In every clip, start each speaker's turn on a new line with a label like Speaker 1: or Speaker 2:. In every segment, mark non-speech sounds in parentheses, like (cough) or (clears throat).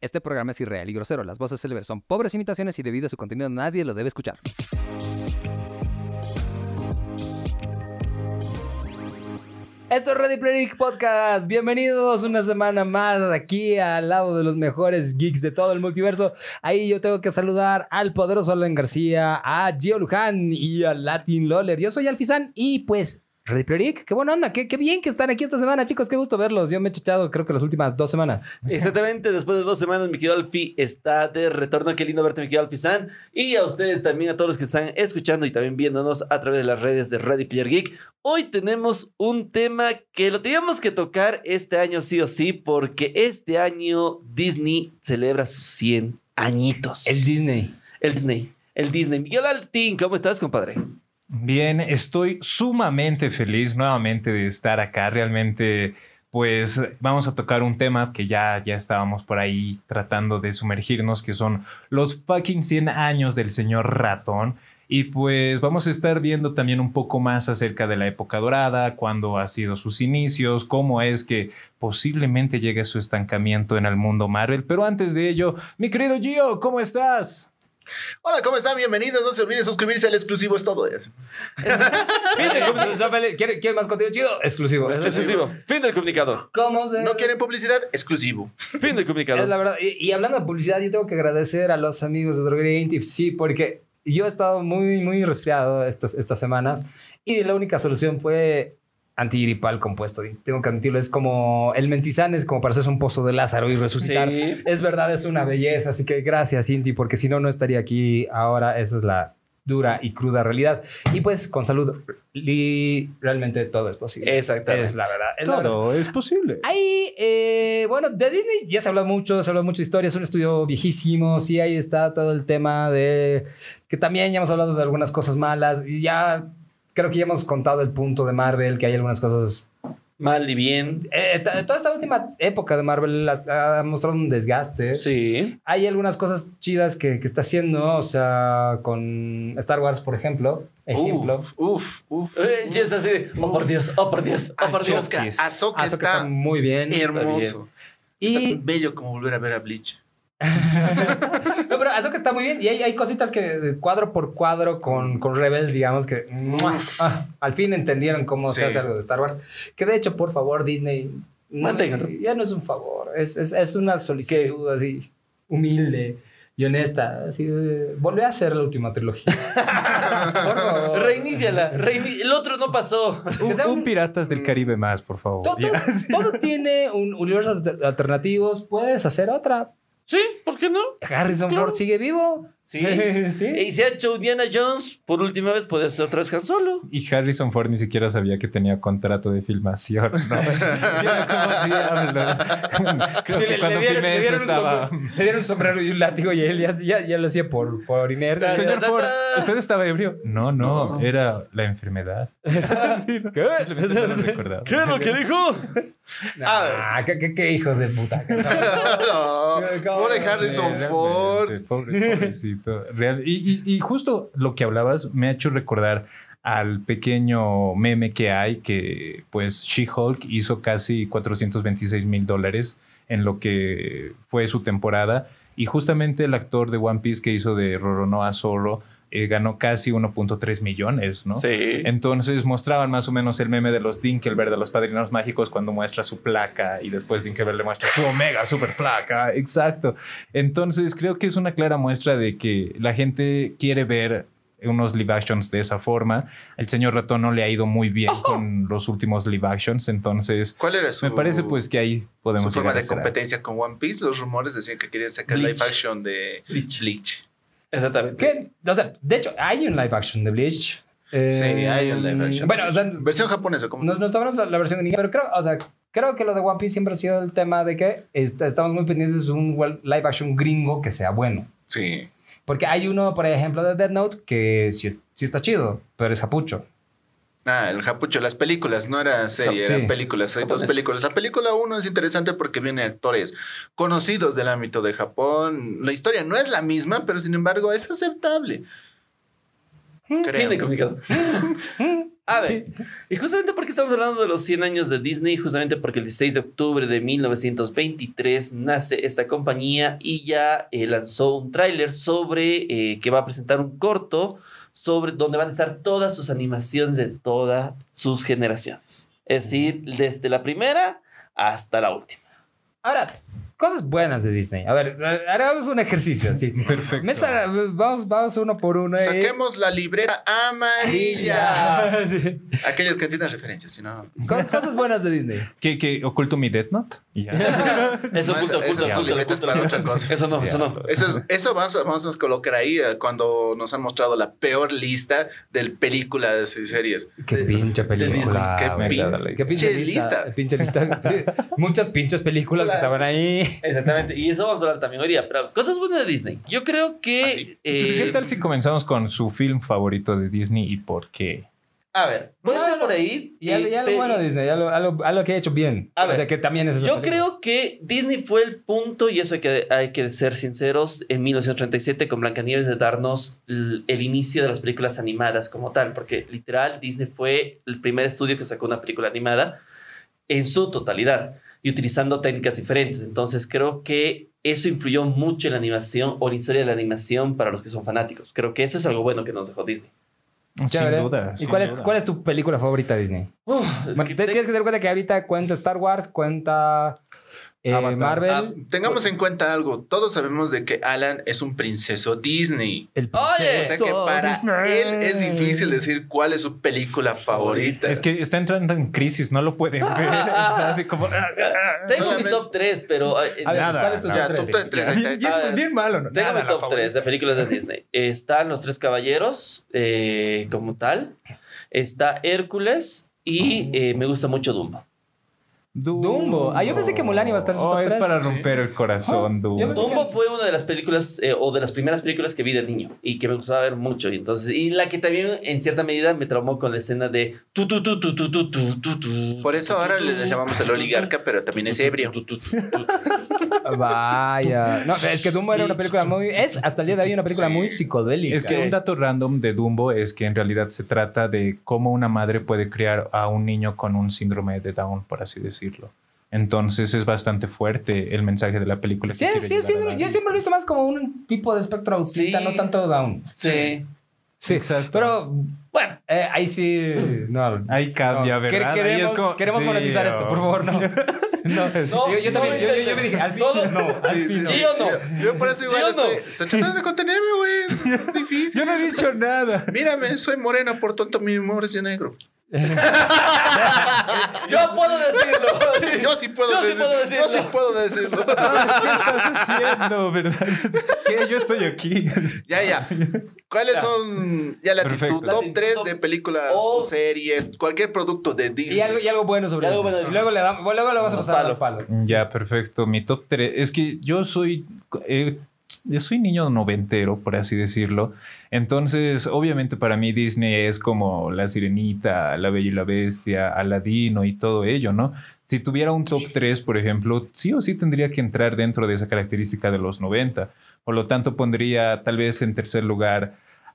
Speaker 1: Este programa es irreal y grosero. Las voces célebres son pobres imitaciones y debido a su contenido nadie lo debe escuchar. Esto es Ready Player Geek Podcast. Bienvenidos una semana más aquí al lado de los mejores geeks de todo el multiverso. Ahí yo tengo que saludar al poderoso Alan García, a Gio Luján y a Latin Loller. Yo soy Alfizan y pues Ready Player Geek, qué buena onda, qué, qué bien que están aquí esta semana, chicos, qué gusto verlos. Yo me he chachado creo que las últimas dos semanas.
Speaker 2: Exactamente, después de dos semanas, mi querido Alfi está de retorno. Qué lindo verte, mi querido Alfi-san. Y a ustedes también, a todos los que están escuchando y también viéndonos a través de las redes de Ready Player Geek. Hoy tenemos un tema que lo teníamos que tocar este año, sí o sí, porque este año Disney celebra sus 100 añitos.
Speaker 1: El Disney.
Speaker 2: El Disney. El Disney. Miguel Altín, ¿cómo estás, compadre?
Speaker 3: Bien, estoy sumamente feliz nuevamente de estar acá. Realmente, pues vamos a tocar un tema que ya, ya estábamos por ahí tratando de sumergirnos, que son los fucking 100 años del señor ratón. Y pues vamos a estar viendo también un poco más acerca de la época dorada, cuándo ha sido sus inicios, cómo es que posiblemente llegue su estancamiento en el mundo Marvel. Pero antes de ello, mi querido Gio, ¿cómo estás?
Speaker 4: Hola, ¿cómo están? Bienvenidos. No se olviden suscribirse al exclusivo, es todo.
Speaker 1: Fíjate cómo se son felices. ¿Quieren, quieren más contenido chido? Exclusivo.
Speaker 2: Exclusivo. Fin del comunicado.
Speaker 1: ¿Cómo se.?
Speaker 4: ¿No quieren publicidad? Exclusivo.
Speaker 2: Fin del comunicado.
Speaker 1: Es la verdad. Y, y hablando de publicidad, yo tengo que agradecer a los amigos de Droguería Intip, sí, porque yo he estado muy, muy resfriado estas, estas semanas y la única solución fue antigripal compuesto. Y tengo que admitirlo, es como el mentizán es como para hacerse un pozo de Lázaro y resucitar.
Speaker 2: Sí.
Speaker 1: Es verdad, es una belleza. Así que gracias, Inti, porque si no, no estaría aquí ahora. Esa es la dura y cruda realidad. Y pues con salud, li- realmente todo es posible.
Speaker 2: Exactamente.
Speaker 1: Es la verdad. Es la verdad.
Speaker 3: Claro, es posible.
Speaker 1: Ahí, eh, bueno, de Disney ya se habló mucho, se habló mucho de historia, es un estudio viejísimo, sí, ahí está todo el tema de que también ya hemos hablado de algunas cosas malas, y ya creo que ya hemos contado el punto de Marvel, que hay algunas cosas...
Speaker 2: Mal y bien.
Speaker 1: eh, t- toda esta última época de Marvel las- ha mostrado un desgaste.
Speaker 2: Sí.
Speaker 1: Hay algunas cosas chidas que, que está haciendo, o sea, con Star Wars, por ejemplo. Ejemplo.
Speaker 4: Uf, uf, uf.
Speaker 2: Eh, y es así de, oh por Dios, oh por Dios, oh por Dios.
Speaker 4: Azoka,
Speaker 3: Dios.
Speaker 4: Azoka
Speaker 1: Ahsoka
Speaker 4: está,
Speaker 1: está muy bien.
Speaker 4: hermoso. Está
Speaker 1: Y
Speaker 4: tan bello como volver a ver a Bleach.
Speaker 1: No, pero Azoka está muy bien. Y hay, hay cositas que eh, cuadro por cuadro con, con Rebels, digamos que ¡mua! Ah, al fin entendieron cómo se
Speaker 4: Sí.
Speaker 1: hace algo de Star Wars. Que de hecho, por favor, Disney, no-
Speaker 2: Manténganlo.
Speaker 1: Ya no es un favor, es, es- es una solicitud así humilde y honesta. Así de, volvé a hacer la última trilogía. por favor.
Speaker 2: Reiníciala. reini- el otro no pasó.
Speaker 1: Que
Speaker 3: Un,
Speaker 1: sea
Speaker 3: un
Speaker 1: un- Mm.
Speaker 3: Piratas del Caribe más, por favor.
Speaker 1: Todo,
Speaker 3: Ya.
Speaker 1: todo tiene un universo alter- alternativos. Puedes hacer otra.
Speaker 2: Sí, ¿por qué no?
Speaker 1: Harrison Ford sigue vivo. (laughs)
Speaker 2: Sí. E Y si ha hecho Diana Jones, por última vez puede ser otra vez Han Solo.
Speaker 3: Y Harrison Ford ni siquiera sabía que tenía contrato de filmación, ¿no? (laughs) Era como, (laughs) diablos. Creo que cuando filmé eso estaba...
Speaker 1: sombrero, le dieron un sombrero y un látigo y él ya, ya- ya lo hacía por, por inercia.
Speaker 2: Ta-
Speaker 3: Señor
Speaker 2: ta-
Speaker 3: Ford,
Speaker 2: ta.
Speaker 3: ¿usted estaba ebrio? No, no, era la enfermedad. (laughs) Sí, no, simplemente no lo recordaba.
Speaker 2: ¿Qué es lo que dijo?
Speaker 1: Ah, ¿qué, qué- qué hijos de puta. que son.
Speaker 4: (laughs) (laughs) No,
Speaker 1: Cabrón,
Speaker 4: pobre
Speaker 1: sí,
Speaker 4: Harrison
Speaker 3: Realmente,
Speaker 4: Ford.
Speaker 3: pobre, pobrecito. Real- Y, y- y justo lo que hablabas me ha hecho recordar al pequeño meme que hay que pues She-Hulk hizo casi 426 mil dólares en lo que fue su temporada y justamente el actor de One Piece que hizo de Roronoa Zorro eh, ganó casi 1.3 millones, ¿no?
Speaker 2: Sí.
Speaker 3: Entonces mostraban más o menos el meme de los Dinkelberg, de los padrinos mágicos, cuando muestra su placa y después Dinkelberg le muestra su omega super placa. Exacto. Entonces creo que es una clara muestra de que la gente quiere ver unos live actions de esa forma. El señor ratón no le ha ido muy bien con los últimos live actions, entonces
Speaker 4: ¿Cuál era su,
Speaker 3: me parece pues que ahí podemos
Speaker 4: su forma
Speaker 3: llegar a
Speaker 4: de
Speaker 3: hacer algo.
Speaker 4: competencia con One Piece? Los rumores decían que querían sacar
Speaker 2: Bleach.
Speaker 4: live action de
Speaker 2: Bleach.
Speaker 4: Bleach.
Speaker 2: Exactamente.
Speaker 1: ¿Qué? O sea, de hecho, hay un live action de Bleach. Eh,
Speaker 4: Sí, hay un live action.
Speaker 1: Bueno, o sea,
Speaker 4: Versión japonesa, como
Speaker 1: nos, nos tomamos la, la versión única, pero creo, o sea, creo que lo de One Piece siempre ha sido el tema de que est- estamos muy pendientes de un wel- live action gringo que sea bueno.
Speaker 4: Sí.
Speaker 1: Porque hay uno, por ejemplo, de Dead Note que sí, es- sí está chido, pero es japucho.
Speaker 4: Ah, el Japucho, las películas, no era serie,
Speaker 1: Sí.
Speaker 4: eran películas, hay
Speaker 2: Japonés.
Speaker 4: dos películas. La película uno es interesante porque viene actores conocidos del ámbito de Japón. La historia no es la misma, pero sin embargo es aceptable.
Speaker 1: Mm,
Speaker 2: Fin del comunicado. A ver, y justamente porque estamos hablando de los 100 años de Disney, justamente porque el 16 de octubre de 1923 nace esta compañía y ya eh, lanzó un tráiler sobre eh, que va a presentar un corto sobre donde van a estar todas sus animaciones de todas sus generaciones. Es decir, desde la primera hasta la
Speaker 4: (laughs)
Speaker 2: última.
Speaker 1: Ahora, cosas buenas de Disney. A ver, eh, hagamos un ejercicio
Speaker 2: (laughs)
Speaker 1: así.
Speaker 3: Perfecto.
Speaker 1: Mesa, vamos, vamos uno por uno. eh.
Speaker 4: Saquemos la libreta
Speaker 2: (laughs)
Speaker 4: amarilla.
Speaker 1: Ya. Sí.
Speaker 4: Aquellas que tienen referencias, si no.
Speaker 1: Co- Cosas buenas de Disney.
Speaker 3: ¿Qué, qué, oculto mi Death Note? Y ya.
Speaker 4: (laughs)
Speaker 2: Eso
Speaker 4: No,
Speaker 2: oculto,
Speaker 4: esa-
Speaker 2: oculto,
Speaker 4: esas
Speaker 2: oculto,
Speaker 4: libretas
Speaker 2: oculto,
Speaker 4: para
Speaker 2: oculto.
Speaker 4: otra cosa.
Speaker 2: Eso no, eso no.
Speaker 4: Eso, es- eso vamos, a, vamos a colocar ahí eh, cuando nos han mostrado la peor lista de películas y series.
Speaker 1: Qué pinche película.
Speaker 4: Disney, qué
Speaker 1: güey.
Speaker 4: pin-
Speaker 1: Qué pinche
Speaker 4: pinche
Speaker 1: lista.
Speaker 4: lista.
Speaker 1: Pinche lista.
Speaker 2: (laughs)
Speaker 1: Muchas pinches películas que estaban ahí.
Speaker 2: Exactamente, y eso vamos a hablar también hoy día. Pero cosas buenas de Disney. Yo creo
Speaker 4: Ah,
Speaker 2: que. eh,
Speaker 3: ¿Qué tal si comenzamos con su film favorito de Disney y por qué?
Speaker 2: A ver, voy a
Speaker 1: No,
Speaker 2: estar
Speaker 1: no.
Speaker 2: por ahí.
Speaker 1: Y algo,
Speaker 2: eh,
Speaker 1: y algo
Speaker 2: pe-
Speaker 1: bueno de Disney, algo, algo- algo que ha hecho bien.
Speaker 2: A ver,
Speaker 1: o sea que también es esa
Speaker 2: Yo
Speaker 1: película.
Speaker 2: creo que Disney fue el punto, y eso hay que, hay que ser sinceros, en 1937 con Blancanieves de darnos l- el, inicio de las películas animadas como tal, porque literal Disney fue el primer estudio que sacó una película animada en su totalidad y utilizando técnicas diferentes. Entonces creo que eso influyó mucho en la animación o en la historia de la animación para los que son fanáticos. Creo que eso es algo bueno que nos dejó Disney.
Speaker 1: Chévere.
Speaker 3: Sin duda.
Speaker 1: ¿Y
Speaker 3: sin
Speaker 1: cuál,
Speaker 3: duda.
Speaker 1: Es, cuál es tu película favorita de Disney?
Speaker 2: Uf, es
Speaker 1: Bueno, te-
Speaker 2: que te-
Speaker 1: Tienes que tener cuenta que ahorita cuenta Star Wars, cuenta eh,
Speaker 3: Avatar.
Speaker 1: Marvel,
Speaker 2: Ah,
Speaker 4: Tengamos en cuenta algo. Todos sabemos de que Alan es un princeso Disney.
Speaker 1: el
Speaker 2: Oye,
Speaker 4: O sea que para él es difícil decir cuál es su película favorita.
Speaker 3: Es que está entrando en crisis, no lo
Speaker 1: Ah,
Speaker 3: pueden ver. (laughs) Está así como. ah, ah, ah.
Speaker 2: (laughs) Tengo mi
Speaker 4: Solamente-
Speaker 2: top 3, pero... eh,
Speaker 1: A ver,
Speaker 3: Nada,
Speaker 1: ¿cuál es tu
Speaker 4: Ya,
Speaker 1: top
Speaker 4: top
Speaker 1: tres?
Speaker 4: tres, ahí está, ahí
Speaker 3: Y
Speaker 4: está.
Speaker 2: A
Speaker 3: es
Speaker 2: ver,
Speaker 3: bien malo, ¿no?
Speaker 2: Tengo
Speaker 3: Nada,
Speaker 2: mi
Speaker 3: la
Speaker 2: top
Speaker 3: favorita.
Speaker 2: 3 de películas
Speaker 3: (laughs)
Speaker 2: de Disney. Están Los Tres Caballeros, eh, como tal. Está Hércules y eh, me gusta mucho Dumbo.
Speaker 1: Dumbo. Ah, yo pensé que Mulan iba a estar en su
Speaker 3: Oh,
Speaker 1: top
Speaker 3: es
Speaker 1: tres.
Speaker 3: para
Speaker 1: Sí.
Speaker 3: romper el corazón,
Speaker 1: Ah,
Speaker 3: Dumbo.
Speaker 1: yo-
Speaker 2: Dumbo fue una de las películas eh, o de las primeras películas que vi de niño y que me gustaba ver mucho. Y, entonces, y la que también en cierta medida me traumó con la escena de... tu, tu, tu, tu, tu, tu, tu, tu, tu,
Speaker 4: Por eso ahora
Speaker 2: tu,
Speaker 4: le
Speaker 2: tu,
Speaker 4: llamamos
Speaker 2: tu,
Speaker 4: el
Speaker 2: tu,
Speaker 4: oligarca, pero
Speaker 2: tu,
Speaker 4: también
Speaker 2: tu,
Speaker 4: es
Speaker 2: tu,
Speaker 4: ebrio.
Speaker 2: tu, tu, tu, tu, tu.
Speaker 1: Vaya. No, es que Dumbo era una película muy. Es hasta el día de hoy una película
Speaker 4: Sí.
Speaker 1: muy psicodélica.
Speaker 3: Es que un dato random de Dumbo es que en realidad se trata de cómo una madre puede criar a un niño con un síndrome de Down, por así decirlo. Entonces es bastante fuerte el mensaje de la película. que
Speaker 1: Sí,
Speaker 3: quiere
Speaker 1: sí,
Speaker 3: llegar
Speaker 1: sí,
Speaker 3: a dar.
Speaker 1: yo siempre lo he visto más como un tipo de espectro autista,
Speaker 2: Sí.
Speaker 1: no tanto down.
Speaker 2: Sí.
Speaker 1: Sí,
Speaker 3: Exacto.
Speaker 1: Pero bueno, eh, ahí sí. No,
Speaker 3: Ahí cambia,
Speaker 1: no. Quer-
Speaker 3: ¿verdad? Ahí es
Speaker 1: Queremos,
Speaker 3: como,
Speaker 1: queremos monetizar
Speaker 3: Dios.
Speaker 1: esto, por favor,
Speaker 3: (laughs)
Speaker 1: no. No,
Speaker 2: No,
Speaker 1: yo, yo
Speaker 2: no
Speaker 1: también, yo, yo- yo me dije, al fin,
Speaker 2: Todo-
Speaker 1: no, al fin no.
Speaker 2: sí, o no?
Speaker 4: Yo, yo por eso igual
Speaker 2: ¿Sí o no?
Speaker 4: estoy, estoy tratando de contenerme, güey. (laughs) Es difícil.
Speaker 3: Yo no he dicho nada.
Speaker 4: Mírame, soy morena, por tonto mi humor es de negro.
Speaker 2: Yo puedo decirlo.
Speaker 4: (laughs) Yo sí puedo,
Speaker 2: Yo sí
Speaker 4: decir-
Speaker 2: puedo decirlo.
Speaker 4: Yo sí puedo decirlo.
Speaker 3: ¿Qué estás haciendo, verdad? ¿Qué? Yo estoy aquí.
Speaker 4: (laughs) ya, ya. ¿Cuáles son ya la actitud Oh.
Speaker 3: Perfecto.
Speaker 4: top
Speaker 2: Latitud,
Speaker 4: 3
Speaker 2: top-
Speaker 4: de películas
Speaker 2: o-
Speaker 4: o series, cualquier producto de Disney?
Speaker 1: Y algo, y algo bueno sobre
Speaker 2: Y algo
Speaker 1: eso.
Speaker 2: bueno.
Speaker 1: luego, le damos- luego le vamos a
Speaker 2: Los
Speaker 1: pasar al
Speaker 2: palos.
Speaker 1: palo.
Speaker 3: Ya, perfecto. Mi top 3. Es que yo soy. eh, yo soy niño noventero, por así decirlo. Entonces, obviamente, para mí Disney es como La Sirenita, La Bella y la Bestia, Aladino y todo ello, ¿no? Si tuviera un top 3, por ejemplo, sí o sí tendría que entrar dentro de esa característica de los 90. Por lo tanto, pondría tal vez en tercer lugar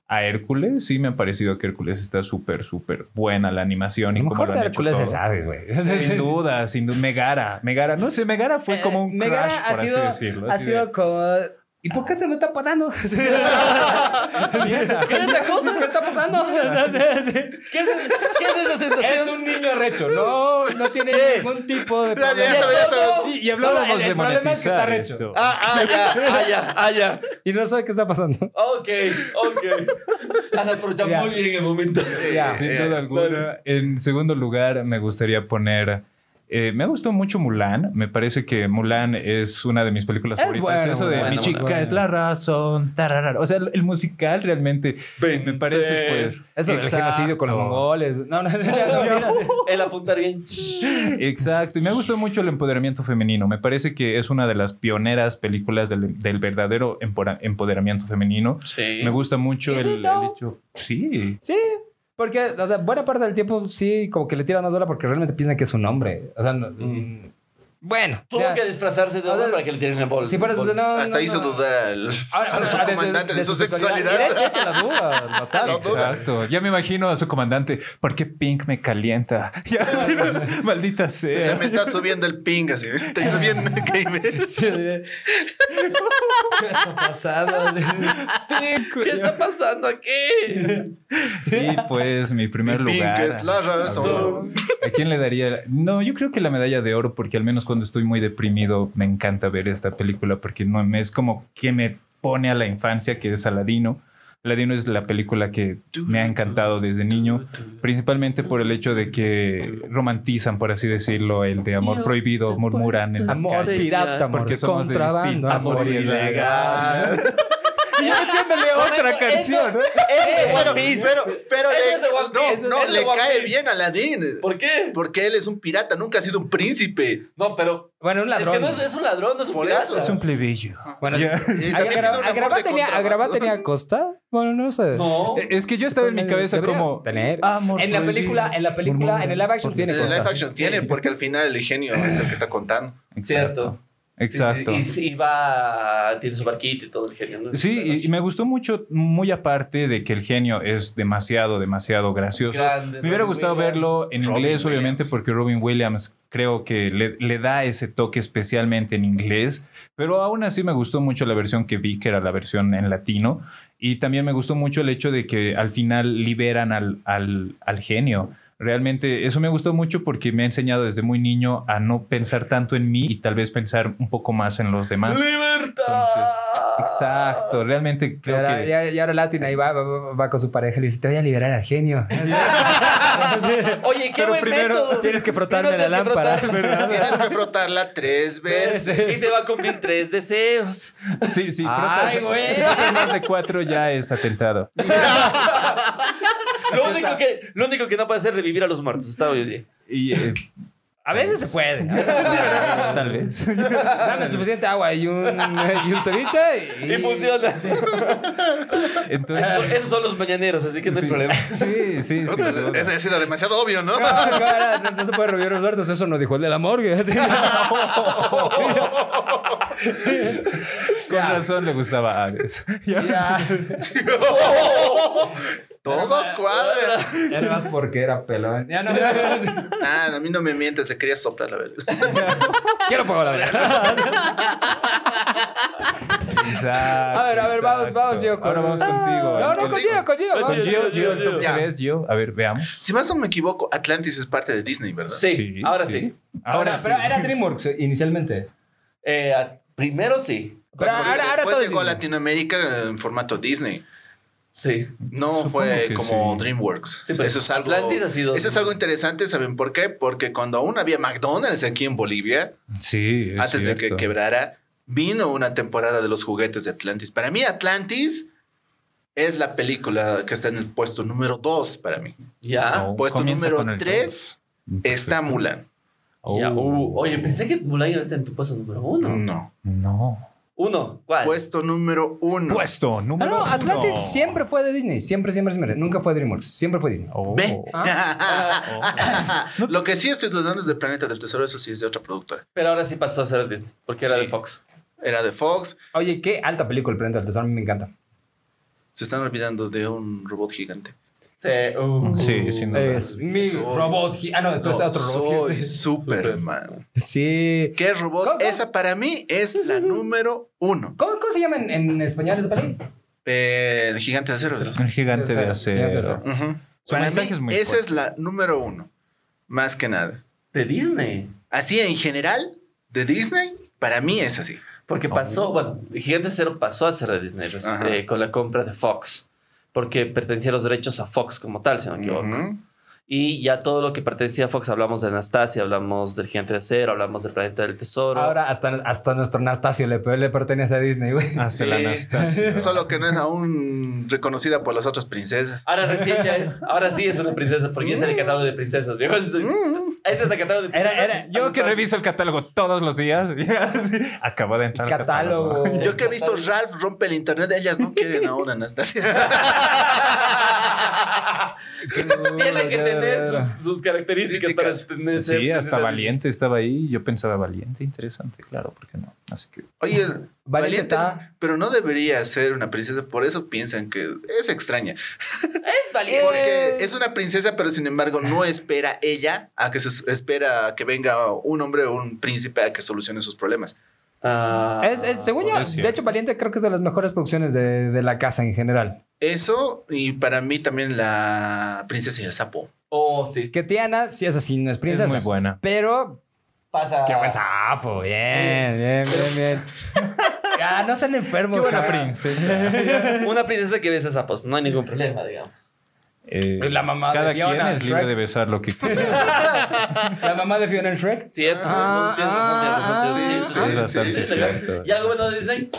Speaker 3: a Hércules. Sí, me ha parecido que Hércules está súper, súper buena la animación. y
Speaker 1: Lo
Speaker 3: cómo
Speaker 1: mejor
Speaker 3: lo
Speaker 1: de
Speaker 3: han hecho
Speaker 1: Hércules se
Speaker 3: todo.
Speaker 1: sabe, güey. (laughs)
Speaker 3: Sin duda, sin duda. Megara, Megara. No sé, Megara fue como un
Speaker 1: Eh, Megara
Speaker 3: crash, por
Speaker 1: ha sido,
Speaker 3: así decirlo.
Speaker 1: ha
Speaker 3: así
Speaker 1: sido
Speaker 3: de,
Speaker 1: como... ¿Y por qué se me está parando? (laughs) ¿Qué es (laughs)
Speaker 3: "Mierda".
Speaker 1: esta cosa? ¿Me está (laughs) pasando?
Speaker 2: ¿Qué es, ¿Qué es esa sensación?
Speaker 1: Es un niño recho. No, no tiene ningún tipo de
Speaker 4: Ya, ya
Speaker 1: problema.
Speaker 4: sabes, ya sabes.
Speaker 3: Y, y hablábamos
Speaker 1: Solo el- el
Speaker 3: de
Speaker 1: problema es que está
Speaker 3: monetizar
Speaker 1: recho.
Speaker 3: esto.
Speaker 2: Ah, ah, ya, ah, ya, ah, ya.
Speaker 1: Y no sabe qué está pasando.
Speaker 2: Ok, ok. Has aprovechado
Speaker 1: Ya.
Speaker 2: muy bien el momento.
Speaker 1: Ya.
Speaker 3: Sin
Speaker 4: Eh,
Speaker 3: duda alguna. En segundo lugar, me gustaría poner. eh, me gustó mucho Mulan. Me parece que Mulan es una de mis películas
Speaker 1: Es
Speaker 3: favoritas.
Speaker 1: buena,
Speaker 3: Eso de
Speaker 1: buena,
Speaker 3: mi
Speaker 2: buena,
Speaker 3: chica
Speaker 1: buena.
Speaker 3: es la razón. tararara. O sea, el, el musical realmente me parece pues.
Speaker 1: Eso del
Speaker 3: exacto.
Speaker 1: genocidio con los mongoles. No, no, no.
Speaker 2: El apuntar bien.
Speaker 3: Exacto, y me gustó mucho el empoderamiento femenino. Me parece que es una de las pioneras películas del, del verdadero empora- empoderamiento femenino.
Speaker 2: Sí.
Speaker 3: Me gusta mucho
Speaker 1: ¿Y
Speaker 3: el,
Speaker 1: sí,
Speaker 3: el
Speaker 1: no?
Speaker 3: hecho. Sí.
Speaker 1: Sí, porque, o sea, buena parte del tiempo sí, como que le tiran más bola porque realmente piensan que es un hombre. O sea, no- Bueno.
Speaker 2: Tuvo
Speaker 1: ya.
Speaker 2: que disfrazarse de
Speaker 1: O
Speaker 2: hombre
Speaker 1: sea,
Speaker 2: para que le tiren el bol.
Speaker 1: Sí, por eso
Speaker 2: bol.
Speaker 1: no.
Speaker 4: Hasta
Speaker 1: no,
Speaker 4: hizo
Speaker 1: no.
Speaker 4: dudar al,
Speaker 1: Ahora,
Speaker 4: al
Speaker 1: o sea, desde-
Speaker 4: comandante de,
Speaker 1: desde
Speaker 4: su sexualidad.
Speaker 1: De, de hecho, la duda bastante.
Speaker 4: No duda.
Speaker 3: Exacto. Ya me imagino a su comandante. ¿Por qué Pink me calienta? (laughs) Ya, maldita sea.
Speaker 4: Se me está subiendo el ping así. (laughs) ¿Te ha ido bien, Gamer?
Speaker 1: Sí, de- ¿Qué está pasando? Sí.
Speaker 2: ¿Qué está pasando aquí?
Speaker 3: Y pues mi primer
Speaker 4: Mi pink
Speaker 3: lugar.
Speaker 4: es la razón.
Speaker 3: ¿A quién le daría? No, yo creo que la medalla de oro, porque al menos cuando estoy muy deprimido me encanta ver esta película, porque no me- es como que me pone a la infancia, que es Aladino. Aladino es la película que me ha encantado desde niño, principalmente por el hecho de que romantizan, por así decirlo, el de amor prohibido, murmuran en las
Speaker 1: Amor
Speaker 3: calles.
Speaker 1: pirata, amor
Speaker 3: Porque somos de
Speaker 1: contrabando.
Speaker 3: distinta
Speaker 1: Amor
Speaker 3: sociedad.
Speaker 4: Legal.
Speaker 3: Y ya entiéndele otra canción. ¿eh?
Speaker 2: Ese es
Speaker 4: Bueno,
Speaker 2: One Piece.
Speaker 4: pero, pero
Speaker 2: Eso
Speaker 4: le-
Speaker 2: es de One Piece,
Speaker 4: no,
Speaker 2: eso
Speaker 4: no,
Speaker 2: es de
Speaker 4: le
Speaker 2: One
Speaker 4: cae
Speaker 2: Piece.
Speaker 4: bien a Aladdin.
Speaker 2: ¿Por qué?
Speaker 4: Porque él es un pirata, nunca ha sido un príncipe. Eh,
Speaker 2: No, pero.
Speaker 1: Bueno, un ladrón.
Speaker 2: Es que no es, es un ladrón, no es un
Speaker 4: Por
Speaker 2: pirata.
Speaker 4: eso.
Speaker 3: Es un plebeyo.
Speaker 1: Bueno,
Speaker 3: Ya.
Speaker 4: Y
Speaker 1: ¿A
Speaker 4: también ha sido
Speaker 1: Gra-
Speaker 4: un
Speaker 1: a
Speaker 4: amor de
Speaker 1: Grabá tenía, a Grabá
Speaker 4: contrabando.
Speaker 1: tenía costa? Bueno, no sé.
Speaker 2: No.
Speaker 3: Eh, Es que yo estaba en mi
Speaker 1: Debería
Speaker 3: cabeza como Ah,
Speaker 1: tener.
Speaker 3: amor pues,
Speaker 1: En la
Speaker 3: prohibido,
Speaker 1: película- en la película-
Speaker 3: murmuran
Speaker 1: en el live action
Speaker 3: por
Speaker 1: tiene
Speaker 4: El
Speaker 3: mis
Speaker 4: live
Speaker 1: cosas.
Speaker 3: costas.
Speaker 4: action tiene, porque al final el genio es el que
Speaker 2: (laughs)
Speaker 4: está contando.
Speaker 2: Cierto.
Speaker 3: Exacto.
Speaker 2: Sí, sí, Y, y va. Tiene su barquito y todo el genio. ¿no?
Speaker 3: Sí, y, y me gustó mucho, muy aparte de que el genio es demasiado, demasiado gracioso.
Speaker 2: Grande,
Speaker 3: Me hubiera
Speaker 2: Robin
Speaker 3: gustado
Speaker 2: Williams.
Speaker 3: verlo en
Speaker 4: Robin
Speaker 3: inglés, obviamente,
Speaker 4: Williams.
Speaker 3: porque Robin Williams creo que le, le da ese toque especialmente en inglés, pero aún así me gustó mucho la versión que vi, que era la versión en latino, y también me gustó mucho el hecho de que al final liberan al, al, al genio. Realmente eso me gustó mucho porque me ha enseñado desde muy niño a no pensar tanto en mí y tal vez pensar un poco más en los demás.
Speaker 2: ¡Libertad!
Speaker 3: Exacto, realmente
Speaker 1: Y
Speaker 3: creo
Speaker 1: ahora,
Speaker 3: que...
Speaker 1: ya, y ahora Latin ahí va, va, va con su pareja y le dice, te voy a liberar al genio.
Speaker 2: Oye, qué
Speaker 3: Pero
Speaker 2: buen
Speaker 3: primero
Speaker 2: método.
Speaker 1: tienes que frotarme
Speaker 2: Primero
Speaker 1: la
Speaker 2: tienes que
Speaker 1: lámpara.
Speaker 2: frotarme.
Speaker 4: (laughs) Tienes que
Speaker 2: (laughs)
Speaker 4: frotarla tres veces.
Speaker 2: Y te va a cumplir tres deseos.
Speaker 3: Sí, sí,
Speaker 1: Ay,
Speaker 3: pero-
Speaker 1: güey.
Speaker 3: si tienes más de cuatro ya es atentado.
Speaker 2: Lo único, que, lo único que no puede hacer es revivir a los muertos. Está hoy en día.
Speaker 3: Y eh,
Speaker 1: A veces se
Speaker 4: (laughs)
Speaker 1: puede.
Speaker 3: tal vez.
Speaker 1: Dame suficiente agua y un, y un ceviche. Y,
Speaker 2: Y funciona. Eso-
Speaker 3: Entonces,
Speaker 2: Esos son los mañaneros, así que no hay
Speaker 3: sí.
Speaker 2: problema.
Speaker 3: Sí, sí,
Speaker 4: (laughs)
Speaker 3: sí.
Speaker 4: Ese ha sido demasiado obvio, ¿no?
Speaker 1: Ah, cara, no, no se puede revivir los muertos. Eso no dijo el de la morgue. (laughs) Así.
Speaker 3: Con razón le gustaba a Ares. (laughs) Ya.
Speaker 1: Ya.
Speaker 4: (laughs) Todo cuadra.
Speaker 1: Ya no más porque era pelón. Ya no.
Speaker 4: Nah, a mí no me mientes, le quería soplar la verdad. (laughs)
Speaker 1: Quiero pagar la
Speaker 3: (laughs)
Speaker 1: verdad.
Speaker 3: Exacto,
Speaker 1: A ver, a ver, vamos,
Speaker 3: exacto.
Speaker 1: vamos, yo.
Speaker 3: Ahora vamos
Speaker 1: No,
Speaker 3: contigo.
Speaker 1: no,
Speaker 3: Con-
Speaker 1: con Gio, con Gio.
Speaker 3: con
Speaker 1: vamos.
Speaker 3: Gio, Gio,
Speaker 2: Gio,
Speaker 3: ¿tú
Speaker 4: Gio.
Speaker 3: crees, Gio? A ver, veamos.
Speaker 4: Si más no me equivoco, Atlantis es parte de Disney, ¿verdad?
Speaker 2: Sí, ahora sí.
Speaker 3: Ahora sí.
Speaker 1: pero eh, era DreamWorks inicialmente.
Speaker 2: Eh, a- primero sí.
Speaker 1: Pero
Speaker 4: Porque
Speaker 1: ahora, ahora
Speaker 4: después
Speaker 1: todo es
Speaker 4: llegó a
Speaker 1: Disney.
Speaker 4: Latinoamérica en formato Disney.
Speaker 2: Sí.
Speaker 4: No
Speaker 3: Supongo
Speaker 4: fue
Speaker 3: que
Speaker 4: como
Speaker 3: sí.
Speaker 4: DreamWorks.
Speaker 2: Sí, pero
Speaker 4: eso es algo,
Speaker 2: Atlantis ha sido-
Speaker 4: Eso es algo interesante, ¿saben por qué? Porque cuando aún había McDonald's aquí en Bolivia,
Speaker 3: Sí, es
Speaker 4: antes de que
Speaker 3: cierto.
Speaker 4: quebrara, vino una temporada de los juguetes de Atlantis. Para mí, Atlantis es la película que está en el puesto número 2 para mí.
Speaker 2: Ya.
Speaker 3: No,
Speaker 4: Puesto
Speaker 3: Oh, comienza
Speaker 4: número
Speaker 3: con el
Speaker 4: 3 está Mulan.
Speaker 3: Oh. Mm.
Speaker 2: Ya, uh, oye, pensé que Mulan iba a estar en tu paso número uno.
Speaker 4: No.
Speaker 3: No.
Speaker 2: Uno, ¿cuál?
Speaker 4: Puesto número 1.
Speaker 3: Puesto
Speaker 1: Ah,
Speaker 3: número
Speaker 1: no,
Speaker 3: uno.
Speaker 1: Atlantis siempre fue de Disney. Siempre, siempre, siempre. Nunca fue DreamWorks. Siempre fue Disney.
Speaker 3: Oh.
Speaker 4: Ve.
Speaker 1: Ah.
Speaker 3: No.
Speaker 4: Lo que sí estoy dudando es de Planeta del Tesoro, eso sí es de otra productora.
Speaker 2: Pero ahora sí pasó a ser Disney, porque era
Speaker 4: Sí.
Speaker 2: de Fox.
Speaker 4: Era de Fox,
Speaker 1: Oye, qué alta película el planeta del tesoro. A mí me encanta.
Speaker 4: se están olvidando de un robot gigante.
Speaker 2: Sí, uh.
Speaker 3: Sí, sin duda.
Speaker 1: Es mi
Speaker 4: Soy-
Speaker 1: robot. gi- Ah, no, esto es
Speaker 3: Pues
Speaker 4: No,
Speaker 1: otro robot.
Speaker 4: soy
Speaker 1: gi-
Speaker 4: Superman.
Speaker 1: Sí.
Speaker 4: ¿Qué robot?
Speaker 1: ¿Cómo?
Speaker 4: Esa para mí es
Speaker 3: (laughs)
Speaker 4: la número uno.
Speaker 1: ¿Cómo, cómo se llama en, en español esa película?
Speaker 4: Eh, el gigante de acero. ¿verdad?
Speaker 3: Un gigante de
Speaker 1: Gigante de acero.
Speaker 3: acero.
Speaker 4: Ujú.
Speaker 3: Su
Speaker 4: Para mí,
Speaker 3: mensaje es muy
Speaker 4: esa
Speaker 3: fuerte.
Speaker 4: es la número uno. Más que nada.
Speaker 2: De Disney.
Speaker 4: Así en general, de Disney, para mí es así.
Speaker 2: Porque
Speaker 3: Oh,
Speaker 2: pasó, bueno, Gigante Cero pasó a ser de Disney res-
Speaker 4: Ajá.
Speaker 2: eh, con la compra de Fox, porque pertenecía los derechos a Fox como tal, si no me equivoco.
Speaker 4: Ujú.
Speaker 2: Y ya todo lo que pertenecía a Fox, hablamos de Anastasia, hablamos del Gigante de Acero, hablamos del Planeta del Tesoro.
Speaker 1: Ahora hasta, hasta nuestro Anastasio le, le pertenece a Disney, güey.
Speaker 3: Hace la
Speaker 2: Sí.
Speaker 3: Anastasia. (laughs)
Speaker 4: (laughs) Solo que no es aún reconocida por las otras princesas.
Speaker 2: Ahora recién ya es, ahora sí es una princesa, porque ya es el catálogo de princesas, viejo. Ahí te sacataron de
Speaker 1: Era-
Speaker 2: putazos.
Speaker 1: era-
Speaker 3: Yo que
Speaker 2: Anastasia.
Speaker 3: reviso el catálogo todos los días, (laughs) acabo de entrar. al
Speaker 1: Catálogo.
Speaker 4: Yo que he visto Ralph rompe el internet, ellas no quieren ahora,
Speaker 2: (laughs)
Speaker 4: Anastasia.
Speaker 3: (laughs)
Speaker 2: Tiene que tener sus, sus características para
Speaker 4: Características.
Speaker 2: tener ser pues,
Speaker 3: Sí, hasta
Speaker 2: precisamente-
Speaker 3: Valiente estaba ahí. Yo pensaba Valiente, interesante, claro, ¿por qué no? Así que
Speaker 4: Oye,
Speaker 1: Valiente
Speaker 4: valiente,
Speaker 1: está.
Speaker 4: pero no debería ser una princesa, por eso piensan que es extraña.
Speaker 2: Es valiente.
Speaker 4: Porque es una princesa, pero sin embargo no espera ella a que se espera a que venga un hombre o un príncipe a que solucione sus problemas.
Speaker 2: Ah,
Speaker 1: Es, es- según yo,
Speaker 3: Pues es
Speaker 1: de
Speaker 3: cierto.
Speaker 1: hecho, Valiente creo que es de las mejores producciones de, de la casa en general.
Speaker 4: Eso y para mí también la princesa y el sapo.
Speaker 2: Oh, sí.
Speaker 1: Que Tiana, si es así, no es princesa.
Speaker 3: es muy buena.
Speaker 1: Pero
Speaker 2: pasa?
Speaker 1: Qué buen (laughs) sapo, bien, bien, bien,
Speaker 2: (laughs)
Speaker 1: bien. Ya, no sean enfermos. cabrón.
Speaker 2: Una princesa que besa sapos. No hay ningún problema, digamos.
Speaker 3: Eh,
Speaker 1: Es la mamá de
Speaker 3: cada
Speaker 1: Fiona,
Speaker 3: quien es
Speaker 1: Shrek.
Speaker 3: libre de besar lo (laughs) que quiera.
Speaker 1: La mamá de Fiona en Shrek.
Speaker 2: Cierto.
Speaker 1: Ah,
Speaker 2: no, tienes razón, tienes razón,
Speaker 1: ah,
Speaker 2: tienes razón.
Speaker 4: Sí,
Speaker 3: es
Speaker 4: sí,
Speaker 3: bastante
Speaker 4: sí, sí.
Speaker 3: cierto.
Speaker 2: ¿Y algo bueno de Disney?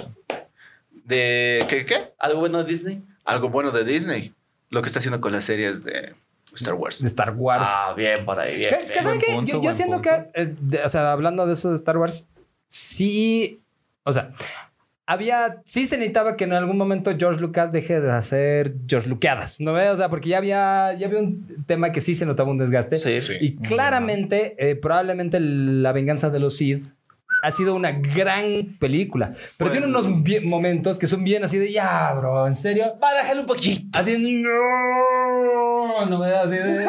Speaker 4: ¿De qué? qué?
Speaker 2: ¿Algo bueno de Disney?
Speaker 4: Algo bueno de Disney. Lo que está haciendo con las series de Star Wars.
Speaker 1: De Star Wars.
Speaker 2: Ah, bien por ahí, bien.
Speaker 1: ¿Qué, qué
Speaker 2: bien.
Speaker 1: saben
Speaker 3: Buen
Speaker 1: qué?
Speaker 3: punto,
Speaker 1: Yo, yo
Speaker 3: buen
Speaker 1: siento
Speaker 3: punto.
Speaker 1: que, eh, de- o sea, hablando de eso de Star Wars, sí, o sea, había, sí se necesitaba que en algún momento George Lucas deje de hacer George Lucadas, ¿no ve? O sea, porque ya había, ya había un tema que sí se notaba un desgaste.
Speaker 2: Sí, sí.
Speaker 1: Y claramente, eh, probablemente La venganza de los Sith ha sido una gran película, pero tiene
Speaker 4: Bueno.
Speaker 1: unos bien- momentos que son bien así de, ya, bro, ¿en serio?
Speaker 2: Barájale un poquito.
Speaker 1: Así, no, no ve, así de...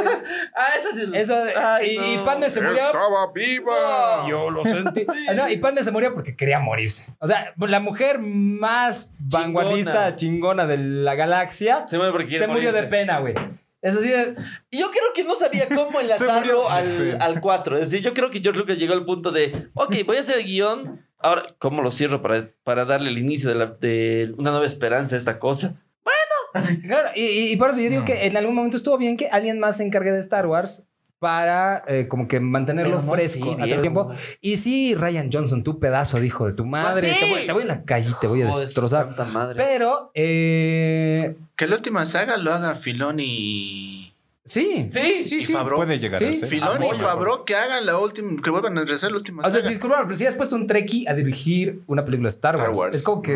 Speaker 2: Ah, esa sí.
Speaker 1: Eso,
Speaker 2: Ay,
Speaker 1: y,
Speaker 2: no.
Speaker 1: y Padme se murió.
Speaker 4: Estaba viva.
Speaker 1: Yo lo sentí. (laughs) Ah, No, y Padme se murió porque quería morirse. O sea, la mujer más vanguardista, chingona de la galaxia,
Speaker 2: Se
Speaker 1: se,
Speaker 2: murió porque quiere
Speaker 1: murió de
Speaker 2: morirse.
Speaker 1: pena, güey. Es así de.
Speaker 2: Y Yo creo que no sabía
Speaker 1: (laughs)
Speaker 2: cómo enlazarlo al, al 4. Es decir, yo creo que George Lucas llegó al punto de, ok, voy a hacer el guión. Ahora, ¿cómo lo cierro para, para darle el inicio de, la- de una nueva esperanza a esta cosa?
Speaker 1: Claro, y, y- y por eso yo digo que en algún momento estuvo bien que alguien más se encargue de Star Wars para eh, como que mantenerlo
Speaker 2: Pero no
Speaker 1: fresco
Speaker 2: así,
Speaker 1: a todo el
Speaker 2: viejo. Pues
Speaker 1: tiempo. Y sí, Ryan Johnson, tu pedazo de hijo de tu madre.
Speaker 2: sí.
Speaker 1: te, voy, te voy en la calle, y te voy a
Speaker 2: Joder, su
Speaker 1: destrozar.
Speaker 2: Santa madre.
Speaker 1: Pero, eh,
Speaker 4: Que la última saga lo haga Filoni.
Speaker 1: sí.
Speaker 2: Sí,
Speaker 4: y Favreau.
Speaker 3: Puede llegar
Speaker 1: Sí,
Speaker 3: a ser.
Speaker 4: Filoni
Speaker 2: Amoyo.
Speaker 4: y Fabro que hagan la última, que vuelvan a regresar la última
Speaker 1: O sea,
Speaker 4: saga.
Speaker 1: disculpa, pero si has puesto un treki a dirigir una película de Star Wars,
Speaker 4: Star Wars.
Speaker 1: es como que.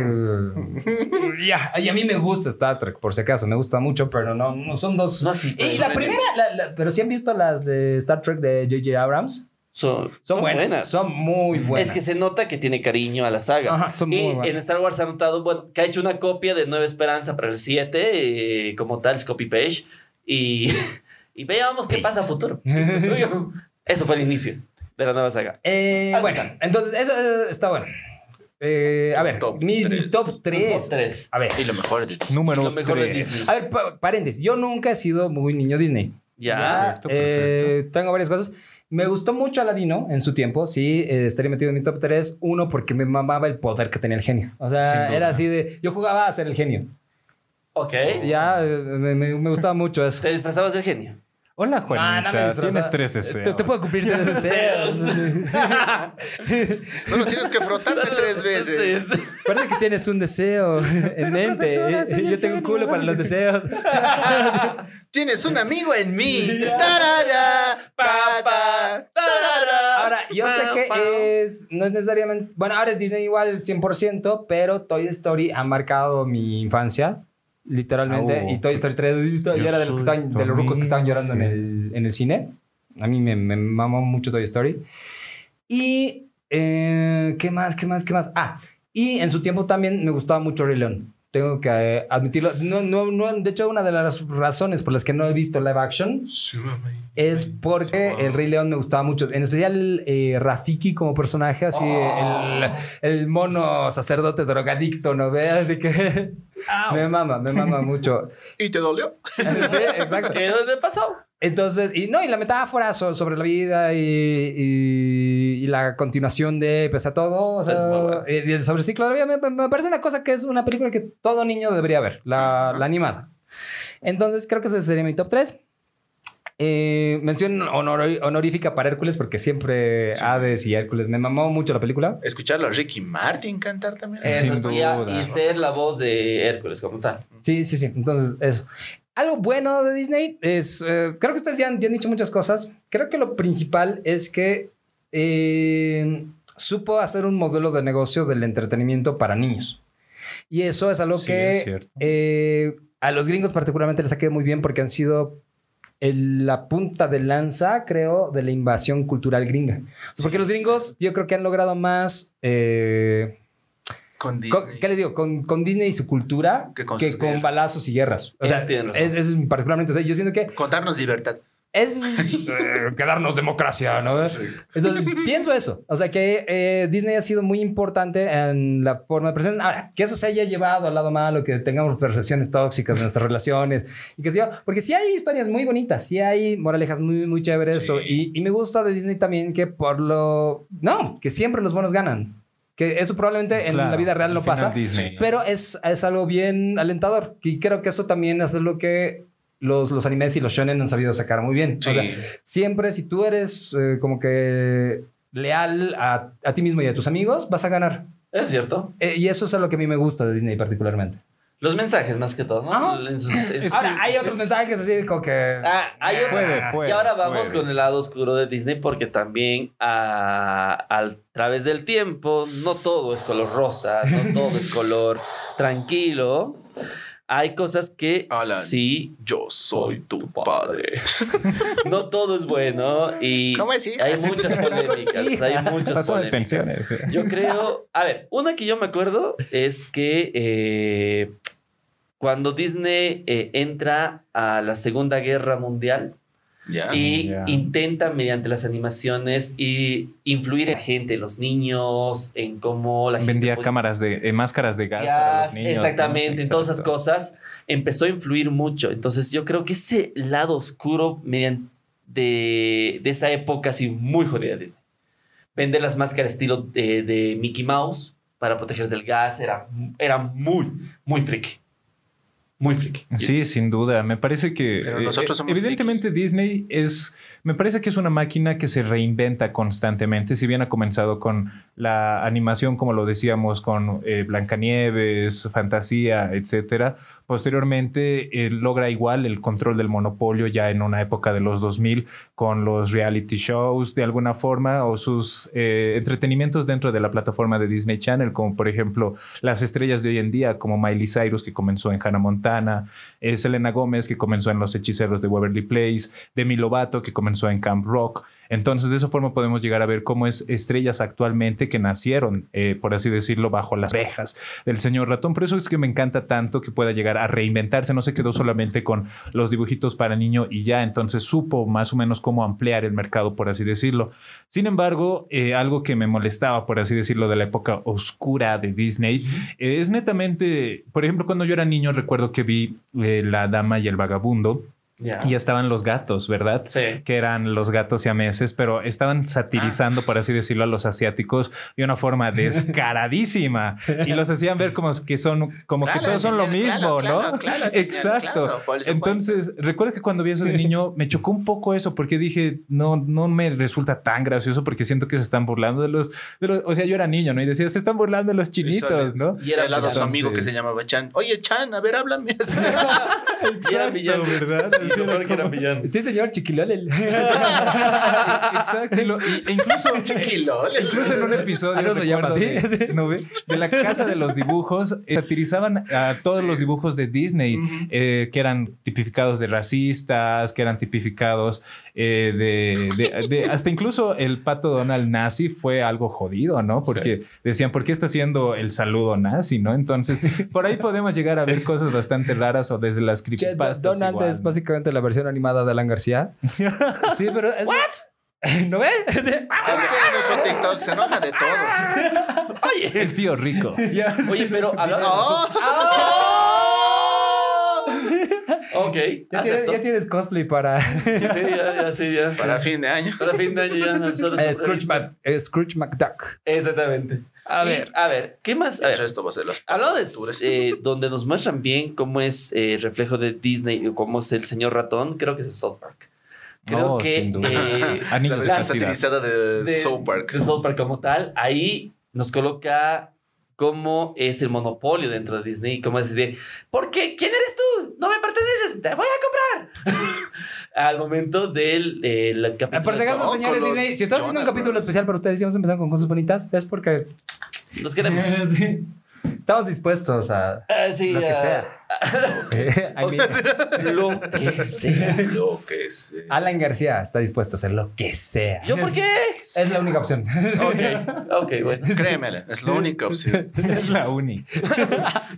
Speaker 1: Ya, y a mí me gusta Star Trek, por si acaso, me gusta mucho, pero no, no son dos.
Speaker 2: No,
Speaker 1: y
Speaker 2: sí, pero
Speaker 1: la
Speaker 2: son
Speaker 1: primera, la- la- pero si han visto las de Star Trek de J.J. Abrams,
Speaker 2: son,
Speaker 1: son, buenas, son muy buenas.
Speaker 2: Es que se nota que tiene cariño a la saga.
Speaker 1: Ajá, son muy
Speaker 2: y
Speaker 1: buenas.
Speaker 2: en Star Wars ha notado, bueno, que ha hecho una copia de Nueva Esperanza para el 7, eh, como tal, es copy-paste. Y, (laughs) y veamos qué pasa a futuro. (laughs) Eso fue el inicio de la nueva saga.
Speaker 1: Eh,
Speaker 2: Algo
Speaker 1: bueno,
Speaker 2: así.
Speaker 1: entonces eso eh, está bueno. Eh, a ver,
Speaker 4: Top
Speaker 1: mi, mi
Speaker 4: tres.
Speaker 1: top 3.
Speaker 2: Top tres.
Speaker 1: A ver,
Speaker 4: Y lo mejor de
Speaker 3: Número
Speaker 2: Lo mejor de
Speaker 3: tres.
Speaker 2: Disney.
Speaker 1: a ver, pa- paréntesis, yo nunca he sido muy niño Disney. Ya,
Speaker 2: Ya.
Speaker 3: Ah, Perfecto,
Speaker 1: eh, tengo varias cosas. Me gustó mucho Aladino en su tiempo, sí, eh, estaría metido en mi top 3. Uno, porque me mamaba el poder que tenía el genio. O
Speaker 3: Sin
Speaker 1: sea,
Speaker 3: duda.
Speaker 1: era así de. Yo jugaba a ser el genio.
Speaker 2: Ok.
Speaker 1: Ya, eh, me, me- me gustaba mucho eso.
Speaker 2: Te disfrazabas
Speaker 1: (laughs)
Speaker 2: del genio.
Speaker 3: Hola,
Speaker 1: Ah,
Speaker 3: Juanita.
Speaker 1: no me disfrazaba.
Speaker 3: Tienes tres
Speaker 1: Te,
Speaker 3: deseos.
Speaker 1: Eh, te puedo cumplir
Speaker 3: (laughs)
Speaker 1: tres deseos. (laughs)
Speaker 4: Solo tienes que
Speaker 3: (laughs)
Speaker 4: frotarte tres veces.
Speaker 2: (laughs)
Speaker 1: Parece que tienes un deseo en mente. Eh,
Speaker 3: profesora, soy
Speaker 1: Yo
Speaker 3: el
Speaker 1: tengo un
Speaker 3: genio.
Speaker 1: culo para los deseos.
Speaker 4: Tienes un amigo en
Speaker 3: (laughs)
Speaker 4: mí. Tarara, pa, pa.
Speaker 1: Ahora, yo sé que eh, es, no es necesariamente, bueno, ahora es Disney igual 100%, pero Toy Story ha marcado mi infancia, literalmente,
Speaker 3: Ah, hubo.
Speaker 1: y Toy Story 3, yo,
Speaker 3: Yo
Speaker 1: era de los, que
Speaker 3: soy
Speaker 1: estaban,
Speaker 3: tu
Speaker 1: de los rucos que estaban llorando en
Speaker 3: amigo.
Speaker 1: el, en el cine, a mí me, me mamó mucho Toy Story. Y, eh, ¿qué más, qué más, qué más? Ah, y en su tiempo también me gustaba mucho Rey León. Tengo que eh, admitirlo. No, no, no, de hecho, una de las razones por las que no he visto live action es porque el Rey León me gustaba mucho. En especial eh, Rafiki como personaje, así
Speaker 3: Ah.
Speaker 1: el, el mono sacerdote drogadicto, ¿no ve? Así que (laughs) me mama, me mama mucho.
Speaker 4: ¿Y te dolió?
Speaker 1: (laughs) sí, exacto.
Speaker 2: ¿Qué Eh, dónde pasó?
Speaker 1: Entonces, y no, y la metáfora so- sobre la vida y, y- y la continuación de pese a todo, o sea,
Speaker 2: Es muy bueno.
Speaker 1: eh, y sobre el ciclo de la vida, me, me parece una cosa que es una película que todo niño debería ver, la, la animada. Entonces, creo que ese sería mi top 3. mención honor- honorífica para Hércules, porque siempre Hades y Hércules me mamó mucho la película.
Speaker 4: Escucharlo a Ricky Martin cantar también.
Speaker 3: Sin
Speaker 2: Eso, y, a-
Speaker 3: duda.
Speaker 2: y ser la voz de Hércules como tal.
Speaker 1: Sí, sí, sí. Entonces, eso. Algo bueno de Disney es, eh, creo que ustedes ya han, ya han dicho muchas cosas. Creo que lo principal es que eh, supo hacer un modelo de negocio del entretenimiento para niños. Y eso es algo
Speaker 3: Sí,
Speaker 1: que
Speaker 3: es cierto.
Speaker 1: eh, a los gringos particularmente les ha quedado muy bien porque han sido el- la punta de lanza, creo, de la invasión cultural gringa. O sea, porque los gringos yo creo que han logrado más... eh, con-
Speaker 4: Con Disney.
Speaker 1: ¿Qué les digo? Con, con Disney y su cultura
Speaker 4: Que
Speaker 1: que
Speaker 4: con
Speaker 1: con,
Speaker 4: sus guerras.
Speaker 1: balazos y guerras. O sea,
Speaker 2: Ellos
Speaker 1: es,
Speaker 2: tienen razón.
Speaker 1: es particularmente. O sea, yo siento que
Speaker 4: Contarnos libertad.
Speaker 1: es eh, quedarnos democracia, ¿no? Entonces, pienso eso. O sea, que eh, Disney ha sido muy importante en la forma de presentar. Ahora, que eso se haya llevado al lado malo, que tengamos percepciones tóxicas en nuestras relaciones y que sea. Porque sí hay historias muy bonitas, sí hay moralejas muy, muy chéveres.
Speaker 3: Sí.
Speaker 1: o- Y, y me gusta de Disney también que por lo. No, que siempre los buenos ganan. Que eso probablemente en
Speaker 3: Claro,
Speaker 1: la vida real
Speaker 3: al
Speaker 1: no
Speaker 3: final
Speaker 1: pasa.
Speaker 3: Disney.
Speaker 1: Pero es, es algo bien alentador. Y creo que eso también es lo que los, los animes y los shonen han sabido sacar muy bien. O sea, siempre si tú eres eh, como que leal a, a ti mismo y a tus amigos, vas a ganar.
Speaker 2: Es cierto.
Speaker 1: Eh, y eso es a lo que a mí me gusta de Disney particularmente.
Speaker 2: Los mensajes más que todo, ¿no?
Speaker 1: Ajá.
Speaker 2: En sus- en sus-
Speaker 1: Ahora, hay otros mensajes así como que...
Speaker 2: Ah, hay otra.
Speaker 3: Puede, puede,
Speaker 2: y ahora vamos
Speaker 3: puede.
Speaker 2: con el lado oscuro de Disney porque también a, al través del tiempo no todo es color rosa, no todo es color tranquilo. Hay cosas que
Speaker 4: Alan.
Speaker 2: sí,
Speaker 4: Yo soy tu padre.
Speaker 2: no todo es bueno y
Speaker 4: ¿Cómo es, hija?
Speaker 2: hay muchas polémicas, hay muchas
Speaker 3: Paso de
Speaker 2: polémicas.
Speaker 3: pensiones.
Speaker 2: Yo creo, a ver, una que yo me acuerdo es que eh, cuando Disney eh, entra a la Segunda Guerra Mundial,
Speaker 4: Ah, Ya.
Speaker 2: y
Speaker 3: Ya.
Speaker 2: intenta mediante las animaciones y influir en la gente, los niños, en cómo la gente
Speaker 3: Vendía
Speaker 2: podía-
Speaker 3: cámaras de eh, máscaras de gas, para los
Speaker 2: Gas,
Speaker 3: niños.
Speaker 2: exactamente,
Speaker 3: ¿no?
Speaker 2: en todas esas
Speaker 3: Exacto.
Speaker 2: cosas empezó a influir mucho. Entonces yo creo que ese lado oscuro mediante de, de esa época así muy jodida de Disney. Vender las máscaras estilo de, de Mickey Mouse para protegerse del gas era, era muy, muy friki. Muy friki.
Speaker 3: Sí, sin duda. Me parece que. eh,
Speaker 4: Pero nosotros somos
Speaker 3: Evidentemente, Disney es. Me parece que es una máquina que se reinventa constantemente. Si bien ha comenzado con la animación, como lo decíamos, con eh, Blancanieves, Fantasía, etcétera. Posteriormente eh, logra igual el control del monopolio ya en una época de los 2000 con los reality shows de alguna forma o sus eh, entretenimientos dentro de la plataforma de Disney Channel, como por ejemplo las estrellas de hoy en día, como Miley Cyrus que comenzó en Hannah Montana, eh, Selena Gómez que comenzó en Los Hechiceros de Waverly Place, Demi Lovato que comenzó en Camp Rock. Entonces, de esa forma podemos llegar a ver cómo es estrellas actualmente que nacieron, eh, por así decirlo, bajo las rejas del señor ratón. Por eso es que me encanta tanto que pueda llegar a reinventarse. No se quedó solamente con los dibujitos para niño y ya, entonces supo más o menos cómo ampliar el mercado, por así decirlo. Sin embargo, eh, algo que me molestaba, por así decirlo, de la época oscura de Disney, eh, es netamente, por ejemplo, cuando yo era niño recuerdo que vi eh, La Dama y el Vagabundo
Speaker 2: Ya.
Speaker 3: y ya estaban los gatos, ¿verdad?
Speaker 2: Sí.
Speaker 3: que eran los gatos siameses, pero estaban
Speaker 4: Ah.
Speaker 3: satirizando, por así decirlo, a los asiáticos de una
Speaker 4: (laughs)
Speaker 3: forma descaradísima y los hacían ver como que son como que
Speaker 4: Claro,
Speaker 3: todos son lo
Speaker 4: señor, claro,
Speaker 3: mismo,
Speaker 4: claro,
Speaker 3: ¿no?
Speaker 4: claro, señor,
Speaker 3: Exacto.
Speaker 4: claro, por supuesto.
Speaker 3: Entonces, recuerdo que cuando vi eso de niño me chocó un poco eso porque dije, no no me resulta tan gracioso porque siento que se están burlando de los de los, o sea, yo era niño, ¿no? Y decía, se están burlando de los chinitos, ¿no?
Speaker 2: Y era pues,
Speaker 4: al lado de su
Speaker 3: entonces-
Speaker 4: amigo que se llamaba Chan. Oye, Chan, a ver, háblame. (laughs)
Speaker 2: Y era villano.
Speaker 3: ¿verdad?
Speaker 2: Y
Speaker 3: Así
Speaker 2: lo
Speaker 3: era
Speaker 2: peor que era
Speaker 3: como-
Speaker 2: villano.
Speaker 1: Sí, señor, chiquilolel.
Speaker 3: Exacto, y lo-
Speaker 1: (laughs)
Speaker 3: y- e incluso
Speaker 4: Tranquilo.
Speaker 3: Incluso en un episodio
Speaker 1: Ah, no se llama
Speaker 3: recuerdo,
Speaker 1: así,
Speaker 3: de-
Speaker 1: sí.
Speaker 3: ¿no ve? de la casa de los dibujos eh, satirizaban a todos
Speaker 4: Sí.
Speaker 3: los dibujos de Disney
Speaker 4: Ujú.
Speaker 3: eh, que eran tipificados de racistas, que eran tipificados eh, de, de- de- hasta incluso el pato Donald nazi fue algo jodido, ¿no? Porque decían ¿por qué está haciendo el saludo nazi, no? Entonces por ahí podemos llegar a ver cosas bastante raras o desde las
Speaker 1: Che, Do-
Speaker 3: creepypastas.
Speaker 1: Donald
Speaker 3: igual,
Speaker 1: es
Speaker 3: ¿no?
Speaker 1: básicamente la versión animada de Alan García. Sí, pero es... (laughs) ¿No ves? "Ah,
Speaker 4: Es que nuestro TikTok se enoja de
Speaker 3: Ah,
Speaker 4: todo.
Speaker 3: El tío rico. Ya.
Speaker 2: Oye,
Speaker 1: (laughs)
Speaker 2: pero hablando de
Speaker 4: No.
Speaker 1: ah".
Speaker 2: (laughs) Ok,
Speaker 1: Ya, tiene-
Speaker 2: acepto.
Speaker 1: ya tienes cosplay para...
Speaker 2: Sí, ya, ya, sí, ya.
Speaker 4: Para fin de año.
Speaker 2: Para fin de año ya no, solo
Speaker 1: Eh,
Speaker 2: es-
Speaker 1: Scrooge, Mac- eh, Scrooge McDuck.
Speaker 2: Exactamente.
Speaker 1: A
Speaker 2: Y,
Speaker 1: ver.
Speaker 2: a ver, ¿qué más? A
Speaker 4: El
Speaker 2: ver,
Speaker 4: resto va a ser los
Speaker 2: hablando de
Speaker 4: pinturas.
Speaker 2: eh, donde nos muestran bien cómo es eh, el reflejo de Disney y cómo es el señor ratón, creo que es el South Park. Creo
Speaker 3: No,
Speaker 2: que
Speaker 3: sin duda. (laughs)
Speaker 2: eh,
Speaker 4: La
Speaker 3: Anillos de
Speaker 4: versión
Speaker 2: las-
Speaker 3: santidad.
Speaker 4: satirizada de,
Speaker 2: de-
Speaker 4: South Park.
Speaker 2: de South Park como tal, ahí nos coloca cómo es el monopolio dentro de Disney, cómo es de, ¿por qué? ¿Quién eres tú? No me perteneces, te voy a comprar. (laughs) Al momento del eh, el capítulo.
Speaker 1: Por si acaso,
Speaker 4: No,
Speaker 1: señores
Speaker 4: con los
Speaker 1: Disney, si estás haciendo un
Speaker 4: Jonas
Speaker 1: capítulo
Speaker 4: Brothers.
Speaker 1: especial para ustedes y vamos a empezar con cosas bonitas, es porque
Speaker 2: Los
Speaker 3: (laughs)
Speaker 2: queremos.
Speaker 1: Sí. estamos dispuestos a
Speaker 2: Ah, sí,
Speaker 1: lo
Speaker 2: ah,
Speaker 1: que
Speaker 4: (laughs)
Speaker 1: sea. Eh, I mean,
Speaker 2: Lo que sea.
Speaker 4: Lo que es. eh,
Speaker 1: Alan García está dispuesto a hacer lo que sea.
Speaker 2: ¿Yo por qué?
Speaker 1: Es la única
Speaker 4: (laughs)
Speaker 1: opción.
Speaker 4: Ok,
Speaker 2: Ok, bueno.
Speaker 4: créemela, es la única opción.
Speaker 3: Eres
Speaker 1: (laughs)
Speaker 3: la única.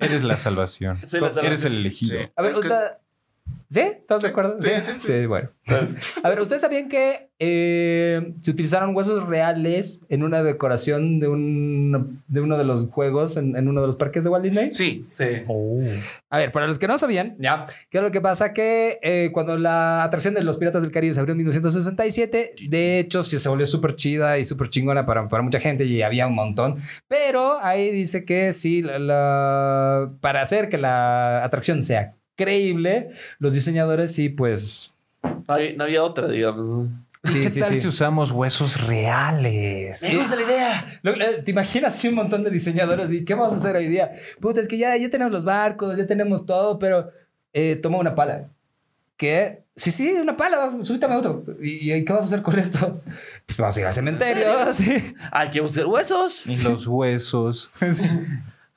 Speaker 3: Eres la salvación.
Speaker 2: Soy la
Speaker 3: Eres
Speaker 2: salvación.
Speaker 3: el elegido.
Speaker 4: Sí.
Speaker 1: A ver,
Speaker 4: Es que-
Speaker 1: usted. ¿Sí? ¿Estamos de acuerdo?
Speaker 4: sí, sí, sí.
Speaker 1: bueno. A ver, ¿ustedes sabían que eh, se utilizaron huesos reales en una decoración de, un, de uno de los juegos en, en uno de los parques de Walt Disney?
Speaker 4: Sí,
Speaker 2: Sí.
Speaker 3: Oh.
Speaker 1: A ver, para los que no sabían, ya, ¿qué es lo que pasa? Que eh, cuando la atracción de los Piratas del Caribe se abrió en 1967, de hecho, sí se volvió súper chida y súper chingona para, para mucha gente y había un montón. Pero ahí dice que sí, la- la- para hacer que la atracción sea creíble, los diseñadores sí, pues.
Speaker 2: No había, no había otra, digamos.
Speaker 1: Sí,
Speaker 3: (laughs) ¿Qué
Speaker 1: sí,
Speaker 3: tal
Speaker 1: sí.
Speaker 3: si usamos huesos reales?
Speaker 2: Me gusta la idea.
Speaker 1: Lo- eh, ¿Te imaginas así un montón de diseñadores y qué vamos a hacer hoy día? Puta, es que ya, ya tenemos los barcos, ya tenemos todo, pero eh, toma una pala. ¿Qué? Sí, sí, una pala, vas- súbete a mi auto. ¿Y, y qué vas a hacer con esto? Pues vamos a ir al
Speaker 4: (laughs)
Speaker 1: cementerio. (laughs) sí.
Speaker 2: Hay que buscar huesos.
Speaker 3: Y los huesos.
Speaker 4: mi
Speaker 3: Tiene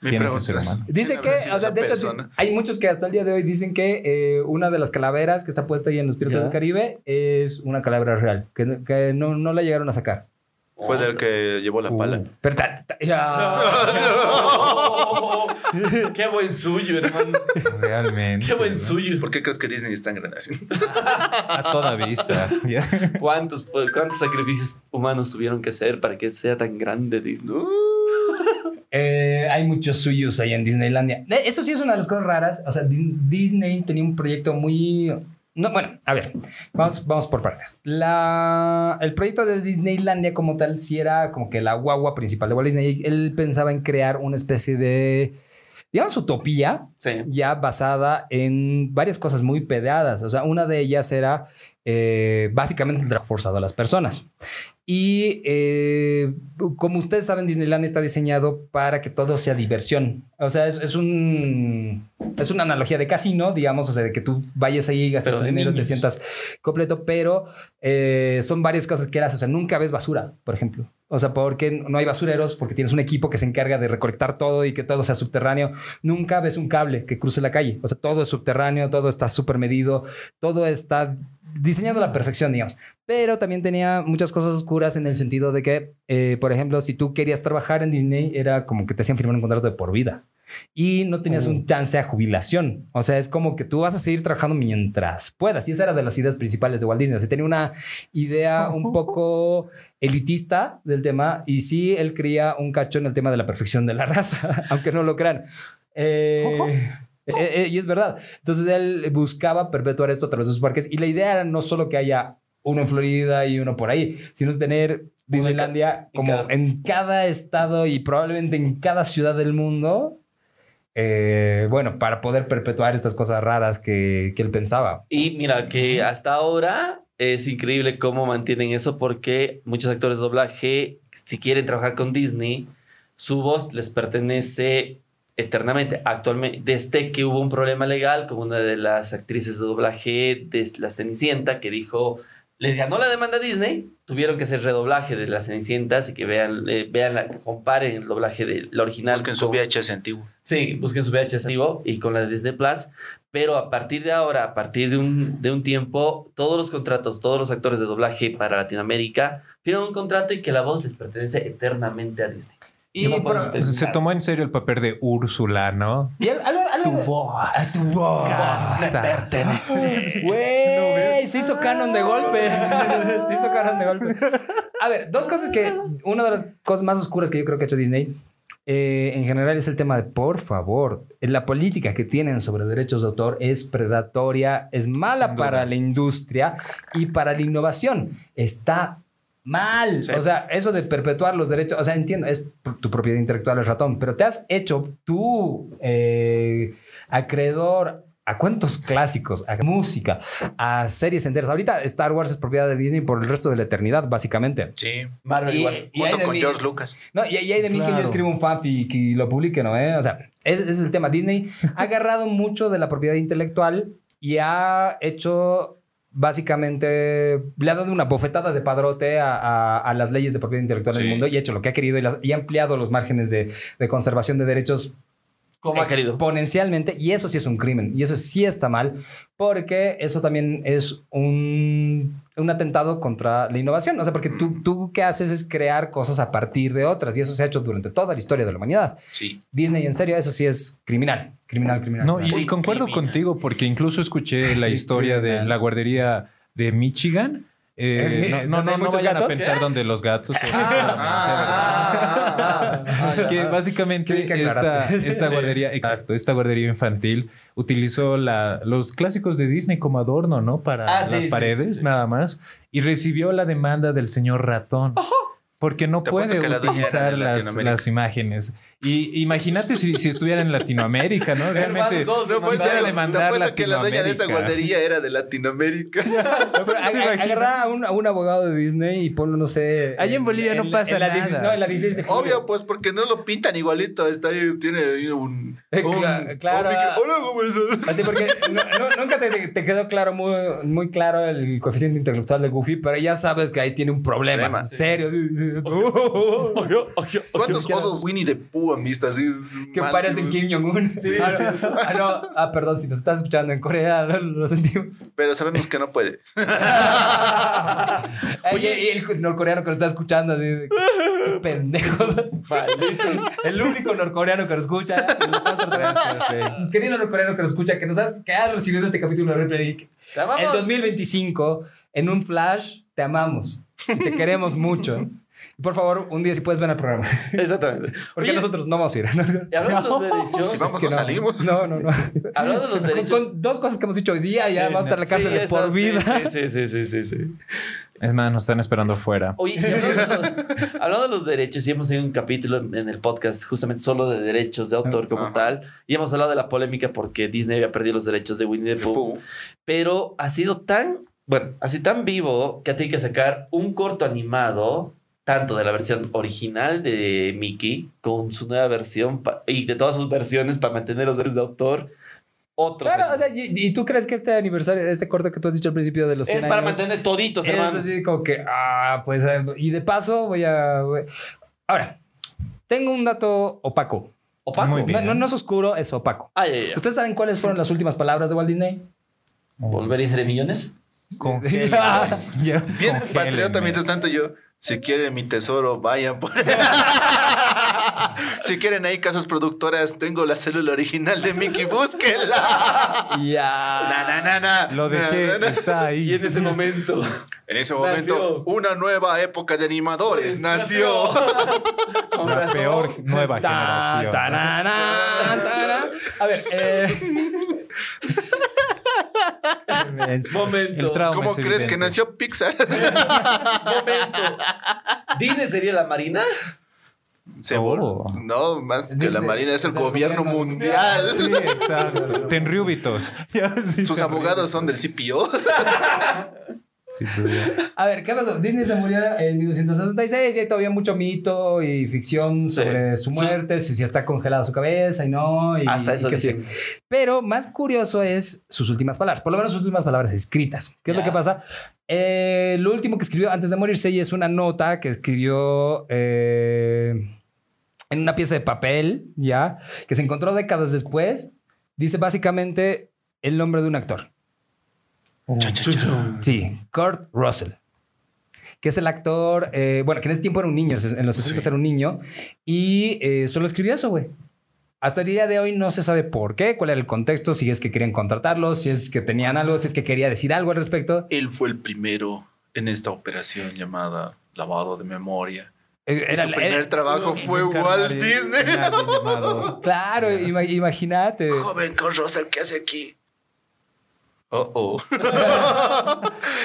Speaker 3: que
Speaker 4: pregunta.
Speaker 3: ser humano.
Speaker 1: Dice
Speaker 4: ¿Quién
Speaker 1: que,
Speaker 4: habrá sido
Speaker 1: o sea,
Speaker 4: esa
Speaker 1: de hecho,
Speaker 4: persona?
Speaker 1: hay muchos que hasta el día de hoy dicen que eh, una de las calaveras que está puesta ahí en los Piratas
Speaker 2: Ya.
Speaker 1: del Caribe es una calavera real, que, no- que no, no la llegaron a sacar.
Speaker 4: fue del que llevó
Speaker 1: Uh.
Speaker 4: la pala.
Speaker 1: Pero ta- ta-
Speaker 4: (laughs)
Speaker 1: ya.
Speaker 2: Oh, (laughs) qué buen suyo, hermano.
Speaker 3: Realmente.
Speaker 2: Qué buen suyo.
Speaker 4: ¿Por qué crees que Disney está en Grenación?
Speaker 3: A toda vista. Ya.
Speaker 2: ¿Cuántos, ¿Cuántos sacrificios humanos tuvieron que hacer para que sea tan grande Disney?
Speaker 1: Eh, hay muchos suyos ahí en Disneylandia. De- Eso sí es una de las cosas raras. O sea, Dis- Disney tenía un proyecto muy... No, bueno, a ver, vamos, vamos por partes. La, el proyecto de Disneylandia como tal sí era como que la guagua principal de Walt Disney. Él pensaba en crear una especie de, digamos, utopía
Speaker 2: Sí.
Speaker 1: ya basada en varias cosas muy pedadas. O sea, una de ellas era eh, básicamente el trabajo forzado a las personas. Y eh, como ustedes saben, Disneyland está diseñado para que todo sea diversión. O sea, es, es un es una analogía de casino, digamos, o sea, de que tú vayas ahí, gastes
Speaker 2: Pero
Speaker 1: tu
Speaker 2: de
Speaker 1: dinero, te
Speaker 2: niños.
Speaker 1: sientas completo, pero eh, son varias cosas que haces. O sea, nunca ves basura, por ejemplo. O sea, porque no hay basureros, porque tienes un equipo que se encarga de recolectar todo y que todo sea subterráneo. Nunca ves un cable que cruce la calle. O sea, todo es subterráneo, todo está súper medido, todo está diseñado a la perfección, digamos. Pero también tenía muchas cosas oscuras en el sentido de que, eh, por ejemplo, si tú querías trabajar en Disney, era como que te hacían firmar un contrato de por vida. Y no tenías un chance a jubilación. O sea, es como que tú vas a seguir trabajando mientras puedas. Y esa era de las ideas principales de Walt Disney. O sea, tenía una idea un poco elitista del tema. Y sí, él creía un cacho en el tema de la perfección de la (laughs) raza, aunque no lo crean. Eh, eh, eh, y es verdad. Entonces él buscaba perpetuar esto a través de sus parques. Y la idea era no solo que haya uno en Florida y uno por ahí, sino tener Disneylandia
Speaker 2: en
Speaker 1: como
Speaker 2: cada-
Speaker 1: en cada estado y probablemente en cada ciudad del mundo. eh, bueno, para poder perpetuar estas cosas raras que, que él pensaba.
Speaker 2: Y mira que hasta ahora es increíble cómo mantienen eso porque muchos actores de doblaje, si quieren trabajar con Disney, su voz les pertenece eternamente. Actualmente, desde que hubo un problema legal con una de las actrices de doblaje de La Cenicienta que dijo, le ganó la demanda a Disney, tuvieron que hacer redoblaje de La Cenicienta, así que vean, eh, vean la- comparen el doblaje de la original
Speaker 4: Busquen su
Speaker 2: con-
Speaker 4: VHS antiguo.
Speaker 2: Sí, busquen su VHS activo y con la de Disney Plus. Pero a partir de ahora, a partir de un, de un tiempo, todos los contratos, todos los actores de doblaje para Latinoamérica firman un contrato y que la voz les pertenece eternamente a Disney.
Speaker 1: Y,
Speaker 2: No pueden
Speaker 1: pero-
Speaker 2: tener-
Speaker 3: Se tomó en serio el papel de Úrsula, ¿no?
Speaker 1: Y él- algo- algo-
Speaker 3: voz.
Speaker 1: A tu voz.
Speaker 3: Casta.
Speaker 1: me pertenece. Güey, se hizo canon de (laughs) golpe. Se hizo canon de golpe. A ver, dos cosas que. Una de las cosas más oscuras que yo creo que ha hecho Disney. eh, en general es el tema de por favor, eh, la política que tienen sobre derechos de autor es predatoria, es mala
Speaker 3: Sin duda.
Speaker 1: para la industria y para la innovación. Está mal.
Speaker 4: Sí.
Speaker 1: O sea, eso de perpetuar los derechos, o sea, entiendo, es pr- tu propiedad intelectual el ratón, pero te has hecho tú eh, acreedor ¿A cuántos clásicos? ¿A música? ¿A series enteras? Ahorita Star Wars es propiedad de Disney por el resto de la eternidad, básicamente.
Speaker 4: Sí.
Speaker 1: Marvel igual.
Speaker 4: igual.
Speaker 1: Y hay
Speaker 4: Junto
Speaker 1: de
Speaker 4: con
Speaker 1: mí-
Speaker 4: George Lucas.
Speaker 1: No, y, y hay de mí que
Speaker 3: Claro.
Speaker 1: yo escribo un fanfic y lo publique, ¿no? ¿Eh? O sea, ese, ese es el tema. Disney
Speaker 3: (laughs)
Speaker 1: ha agarrado mucho de la propiedad intelectual y ha hecho básicamente, le ha dado una bofetada de padrote a, a- a las leyes de propiedad intelectual del
Speaker 3: Sí.
Speaker 1: mundo y ha hecho lo que ha querido y, las- y ha ampliado los márgenes de, de conservación de derechos
Speaker 2: Como ha Eh, querido.
Speaker 1: exponencialmente y eso sí es un crimen y eso sí está mal porque eso también es un, un atentado contra la innovación, o sea, porque tú, tú que haces es crear cosas a partir de otras y eso se ha hecho durante toda la historia de la humanidad.
Speaker 4: Sí.
Speaker 1: Disney en serio, eso sí es criminal, criminal, criminal.
Speaker 3: No, y,
Speaker 1: criminal.
Speaker 3: y concuerdo
Speaker 4: Criminal.
Speaker 3: contigo porque incluso escuché la
Speaker 1: Criminal.
Speaker 3: historia de la guardería de Michigan. Eh,
Speaker 1: Eh,
Speaker 3: no, no,
Speaker 1: ¿donde hay
Speaker 3: no, no
Speaker 1: muchos
Speaker 3: vayan a
Speaker 1: gatos?
Speaker 3: pensar donde los gatos.
Speaker 2: Ah,
Speaker 1: Ah,
Speaker 3: que
Speaker 1: Qué
Speaker 3: básicamente
Speaker 1: bien que
Speaker 3: esta,
Speaker 1: aclaraste.
Speaker 3: esta
Speaker 1: Sí.
Speaker 3: guardería, exacto, esta guardería infantil utilizó la, los clásicos de Disney como adorno, ¿no? Para
Speaker 2: Ah,
Speaker 3: las
Speaker 2: sí, sí,
Speaker 3: paredes,
Speaker 2: sí, sí.
Speaker 3: nada más. Y recibió la demanda del señor ratón. Porque no
Speaker 4: Te apuesto
Speaker 3: puede
Speaker 4: que la dueña era
Speaker 3: utilizar
Speaker 4: de
Speaker 3: las,
Speaker 4: Latinoamérica.
Speaker 3: las imágenes. Y imagínate si, si estuviera en Latinoamérica, ¿no? Realmente.
Speaker 2: todos
Speaker 4: No puede
Speaker 3: Mandar a
Speaker 4: ser.
Speaker 3: demandar
Speaker 4: Te apuesto que la dueña de esa
Speaker 3: Latinoamérica.
Speaker 4: guardería era de Latinoamérica.
Speaker 1: No, pero a- a- agarra a un, a un abogado de Disney y ponlo, no sé...
Speaker 3: Allá en Bolivia no pasa
Speaker 1: la
Speaker 3: nada.
Speaker 1: 16 no, en la 16 de julio.
Speaker 4: Obvio, pues, porque no lo pintan igualito. Está ahí, tiene ahí un.
Speaker 1: Eh,
Speaker 4: un-
Speaker 1: cla- claro.
Speaker 4: un micro- Hola, ¿cómo estás?
Speaker 1: Así Pues porque no- no- nunca te, te quedó claro, muy, muy claro el coeficiente intelectual de Goofy, pero ya sabes que ahí tiene un problema.
Speaker 4: Problema, sí.
Speaker 1: Serio.
Speaker 4: ¿Cuántos osos Winnie the Pooh han visto así?
Speaker 1: que
Speaker 4: Mal-
Speaker 1: parecen Kim Jong-un. ah, no. Ah, no. Ah, perdón, si nos estás escuchando en Corea, lo, lo sentimos.
Speaker 4: Pero sabemos que no puede.
Speaker 1: ah, Ay, y el norcoreano que nos está escuchando, así, de, qué
Speaker 4: (laughs)
Speaker 1: pendejos. El único norcoreano que nos escucha. que nos estás tratando- Querido norcoreano que nos escucha, que nos has, que has recibido este capítulo de Replay Geek. El 2025, en un flash, te amamos. y Te queremos mucho. Y por favor, un día si puedes ven al programa.
Speaker 2: Exactamente.
Speaker 1: Porque
Speaker 2: Oye,
Speaker 1: nosotros no vamos a ir. ¿no?
Speaker 2: y hablando de los derechos,
Speaker 4: Sí, vamos,
Speaker 1: Que
Speaker 4: no salimos.
Speaker 1: No, no, no.
Speaker 2: hablando de los
Speaker 1: Con,
Speaker 2: derechos.
Speaker 1: con dos cosas que hemos dicho hoy día, ya
Speaker 3: Sí,
Speaker 1: vamos a estar en la cárcel
Speaker 2: Sí,
Speaker 1: de
Speaker 2: ya
Speaker 1: por
Speaker 2: está,
Speaker 1: vida.
Speaker 2: Sí, sí, sí, sí, sí. sí.
Speaker 3: Es más, nos están esperando fuera.
Speaker 2: Oye, y hablando, de los, hablando de los derechos, y hemos tenido un capítulo en, en el podcast justamente solo de derechos de autor como
Speaker 4: Ajá.
Speaker 2: tal, y hemos hablado de la polémica porque Disney había perdido los derechos de Winnie the Pooh, pero ha sido tan, bueno, así tan vivo que ha tenido que sacar un corto animado, tanto de la versión original de Mickey, con su nueva versión pa- y de todas sus versiones para mantener los derechos de autor, otros.
Speaker 1: Claro, o
Speaker 2: animados.
Speaker 1: sea, y, y tú crees que este aniversario, este corte que tú has dicho al principio de los 100
Speaker 2: es para
Speaker 1: años,
Speaker 2: mantener toditos,
Speaker 1: Es
Speaker 2: hermano.
Speaker 1: así como que, ah, pues, eh, y de paso voy a... voy- Ahora, tengo un dato opaco.
Speaker 2: Opaco.
Speaker 3: Muy bien.
Speaker 1: No, no- no es oscuro, es opaco.
Speaker 2: Ay, ay, ay.
Speaker 1: ¿Ustedes saben cuáles fueron las últimas palabras de Walt Disney?
Speaker 2: ¿Volver a ser millones?
Speaker 1: (laughs)
Speaker 3: Congélenme. (laughs) Ya,
Speaker 4: Bien,
Speaker 3: congélenme.
Speaker 4: patriota, mientras tanto yo. Si quieren mi tesoro, vayan por (laughs) Si quieren ahí casas productoras, tengo la célula original de Mickey, búsquenla.
Speaker 1: Ya.
Speaker 4: Na, na, na, na.
Speaker 3: Lo
Speaker 4: (laughs)
Speaker 3: dejé,
Speaker 4: Na, na, na.
Speaker 3: está ahí.
Speaker 2: Y en ese momento
Speaker 4: En ese momento,
Speaker 2: Nació.
Speaker 4: una nueva época de animadores nació.
Speaker 2: Con
Speaker 3: La
Speaker 2: razón.
Speaker 3: peor nueva
Speaker 1: Ta,
Speaker 3: generación.
Speaker 1: ta, na, na, ta, na. A ver, eh.
Speaker 2: Momento.
Speaker 3: El trauma
Speaker 4: ¿Cómo
Speaker 3: es
Speaker 4: crees que
Speaker 3: evidente.
Speaker 4: nació Pixar?
Speaker 2: Momento. ¿Disney sería la Marina?
Speaker 4: Se
Speaker 3: Oh.
Speaker 4: vol- No, más que
Speaker 1: Desde-
Speaker 4: la Marina es el
Speaker 1: desde el
Speaker 4: gobierno
Speaker 1: gobierno
Speaker 4: mundial.
Speaker 3: Sí, exacto. Tenriúbitos. Oh. (laughs) Ya, sí,
Speaker 4: Sus
Speaker 3: tenriúbitos.
Speaker 4: abogados son del CPO.
Speaker 3: Sin duda.
Speaker 1: A ver, ¿qué pasó? Disney se murió en 1966 y hay todavía mucho mito y ficción
Speaker 2: Sí.
Speaker 1: sobre su
Speaker 2: Sí.
Speaker 1: muerte, si, si está congelada su cabeza y no. y-
Speaker 2: Hasta eso
Speaker 1: y qué sé yo.
Speaker 2: dicen.
Speaker 1: Pero más curioso es sus últimas palabras, por lo menos sus últimas palabras escritas. ¿Qué es
Speaker 2: Ya.
Speaker 1: lo que pasa? Eh, lo último que escribió antes de morirse y es una nota que escribió eh, en una pieza de papel, ya, que se encontró décadas después. Dice básicamente el nombre de un actor. Sí, Kurt Russell. Que es el actor, eh, bueno, que en ese tiempo era un niño, en los 60 era un niño, y eh, solo escribió eso, güey. Hasta el día de hoy no se sabe por qué, cuál era el contexto, si es que querían contratarlo, si es que tenían algo, si es que quería decir algo al respecto.
Speaker 4: Él fue el primero en esta operación llamada lavado de memoria.
Speaker 1: Eh, era-
Speaker 4: Su primer
Speaker 1: era-
Speaker 4: trabajo (laughs) fue Walt
Speaker 3: Encarnar-
Speaker 4: Disney.
Speaker 3: Nadie llamado.
Speaker 1: claro, ima- imagínate.
Speaker 4: (laughs) Joven con Russell, ¿qué hace aquí? Oh, (laughs) oh.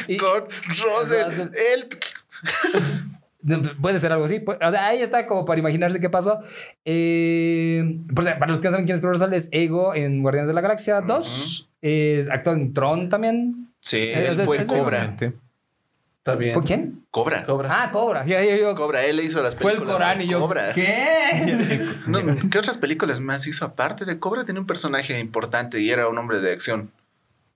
Speaker 1: Y-
Speaker 4: Con Russell.
Speaker 1: Russell.
Speaker 4: Él.
Speaker 1: No, Puede ser algo así. pu- O sea, ahí está como para imaginarse qué pasó. Eh, pues, para los que no saben quién es Kurt Russell, es Ego en Guardianes de la Galaxia 2. eh, actuó en Tron también.
Speaker 4: Sí,
Speaker 1: o sea,
Speaker 4: él fue
Speaker 1: es- es-
Speaker 4: Cobra.
Speaker 3: Obviamente.
Speaker 2: Está bien.
Speaker 1: ¿Fue quién?
Speaker 4: Cobra.
Speaker 2: Cobra.
Speaker 1: Ah, Cobra. Ya, ya, yo-
Speaker 4: Cobra, él le hizo las
Speaker 1: Fue
Speaker 4: películas.
Speaker 1: el Corán
Speaker 4: de
Speaker 1: y yo.
Speaker 4: Cobra.
Speaker 1: ¿Qué?
Speaker 4: No,
Speaker 1: (laughs)
Speaker 4: ¿Qué otras películas más hizo aparte de Cobra? Tenía un personaje importante y era un hombre de acción,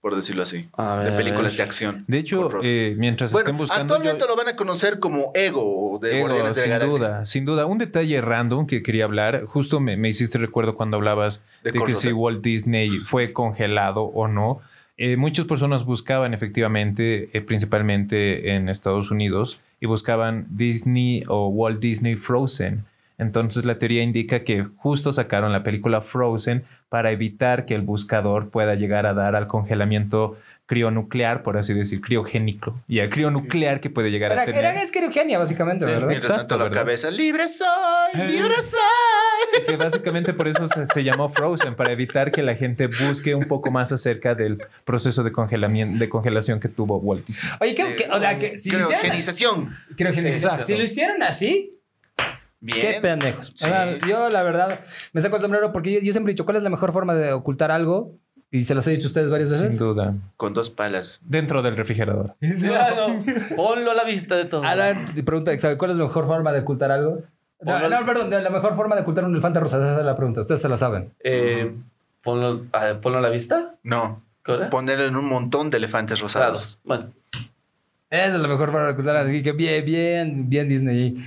Speaker 4: por decirlo así.
Speaker 2: A ver,
Speaker 4: de
Speaker 2: a
Speaker 4: películas
Speaker 2: ver.
Speaker 4: de acción.
Speaker 3: De
Speaker 4: Con
Speaker 3: hecho,
Speaker 4: Ross.
Speaker 3: eh, mientras estén
Speaker 4: bueno,
Speaker 3: buscando.
Speaker 4: actualmente
Speaker 3: yo-
Speaker 4: lo van a conocer como Ego de
Speaker 3: Ego,
Speaker 4: Guardianes de la
Speaker 3: sin
Speaker 4: Galaxia.
Speaker 3: duda, sin duda. Un detalle random que quería hablar, justo me, me hiciste recuerdo cuando hablabas
Speaker 4: De ¿eh?
Speaker 3: de, que
Speaker 4: Cortázar.
Speaker 3: si Walt Disney fue congelado o no. Eh, muchas personas buscaban efectivamente, eh, principalmente en Estados Unidos, y buscaban Disney o Walt Disney Frozen. Entonces la teoría indica que justo sacaron la película Frozen para evitar que el buscador pueda llegar a dar al congelamiento crionuclear, por así decir, criogénico, y al crionuclear que puede llegar
Speaker 1: Era,
Speaker 3: a tener.
Speaker 1: era es que era Eugenia, básicamente,
Speaker 3: Sí,
Speaker 1: ¿verdad?
Speaker 4: Mientras
Speaker 3: Exacto,
Speaker 4: tanto, la
Speaker 3: ¿verdad?
Speaker 4: cabeza, libre soy,
Speaker 3: Eh.
Speaker 4: libre soy.
Speaker 3: que básicamente por eso se, se llamó Frozen, para evitar que la gente busque un poco más acerca del proceso de, congelamiento, de congelación que tuvo Walt Disney.
Speaker 1: Oye, ¿qué, qué- o sea, que si lo hicieron,
Speaker 4: Criogenización.
Speaker 1: criogenización.
Speaker 3: Sí, exacto.
Speaker 1: si lo hicieron así, Qué
Speaker 4: Bien.
Speaker 1: pendejos. O
Speaker 4: Sí.
Speaker 1: sea, yo, la verdad, me saco el sombrero porque yo, yo siempre he dicho, ¿cuál es la mejor forma de ocultar algo? Y se las he dicho a ustedes varias
Speaker 3: Sin
Speaker 1: veces.
Speaker 3: duda.
Speaker 4: Con dos palas.
Speaker 3: Dentro del refrigerador.
Speaker 2: Claro. Ponlo a la vista de todos.
Speaker 1: Alan te pregunta, ¿sabe ¿cuál es la mejor forma de ocultar algo? No,
Speaker 2: Ponlo-
Speaker 1: no, perdón, la mejor forma de ocultar un elefante rosa, esa es la pregunta, ustedes se la saben.
Speaker 2: Eh, ponlo, a, ponlo a la vista.
Speaker 4: No.
Speaker 3: ¿Eh?
Speaker 2: ¿Cobra?
Speaker 4: Ponerlo en un montón de elefantes rosados.
Speaker 2: Rosados. Bueno.
Speaker 1: Esa es la mejor forma de ocultar algo, así que bien, bien, bien Disney.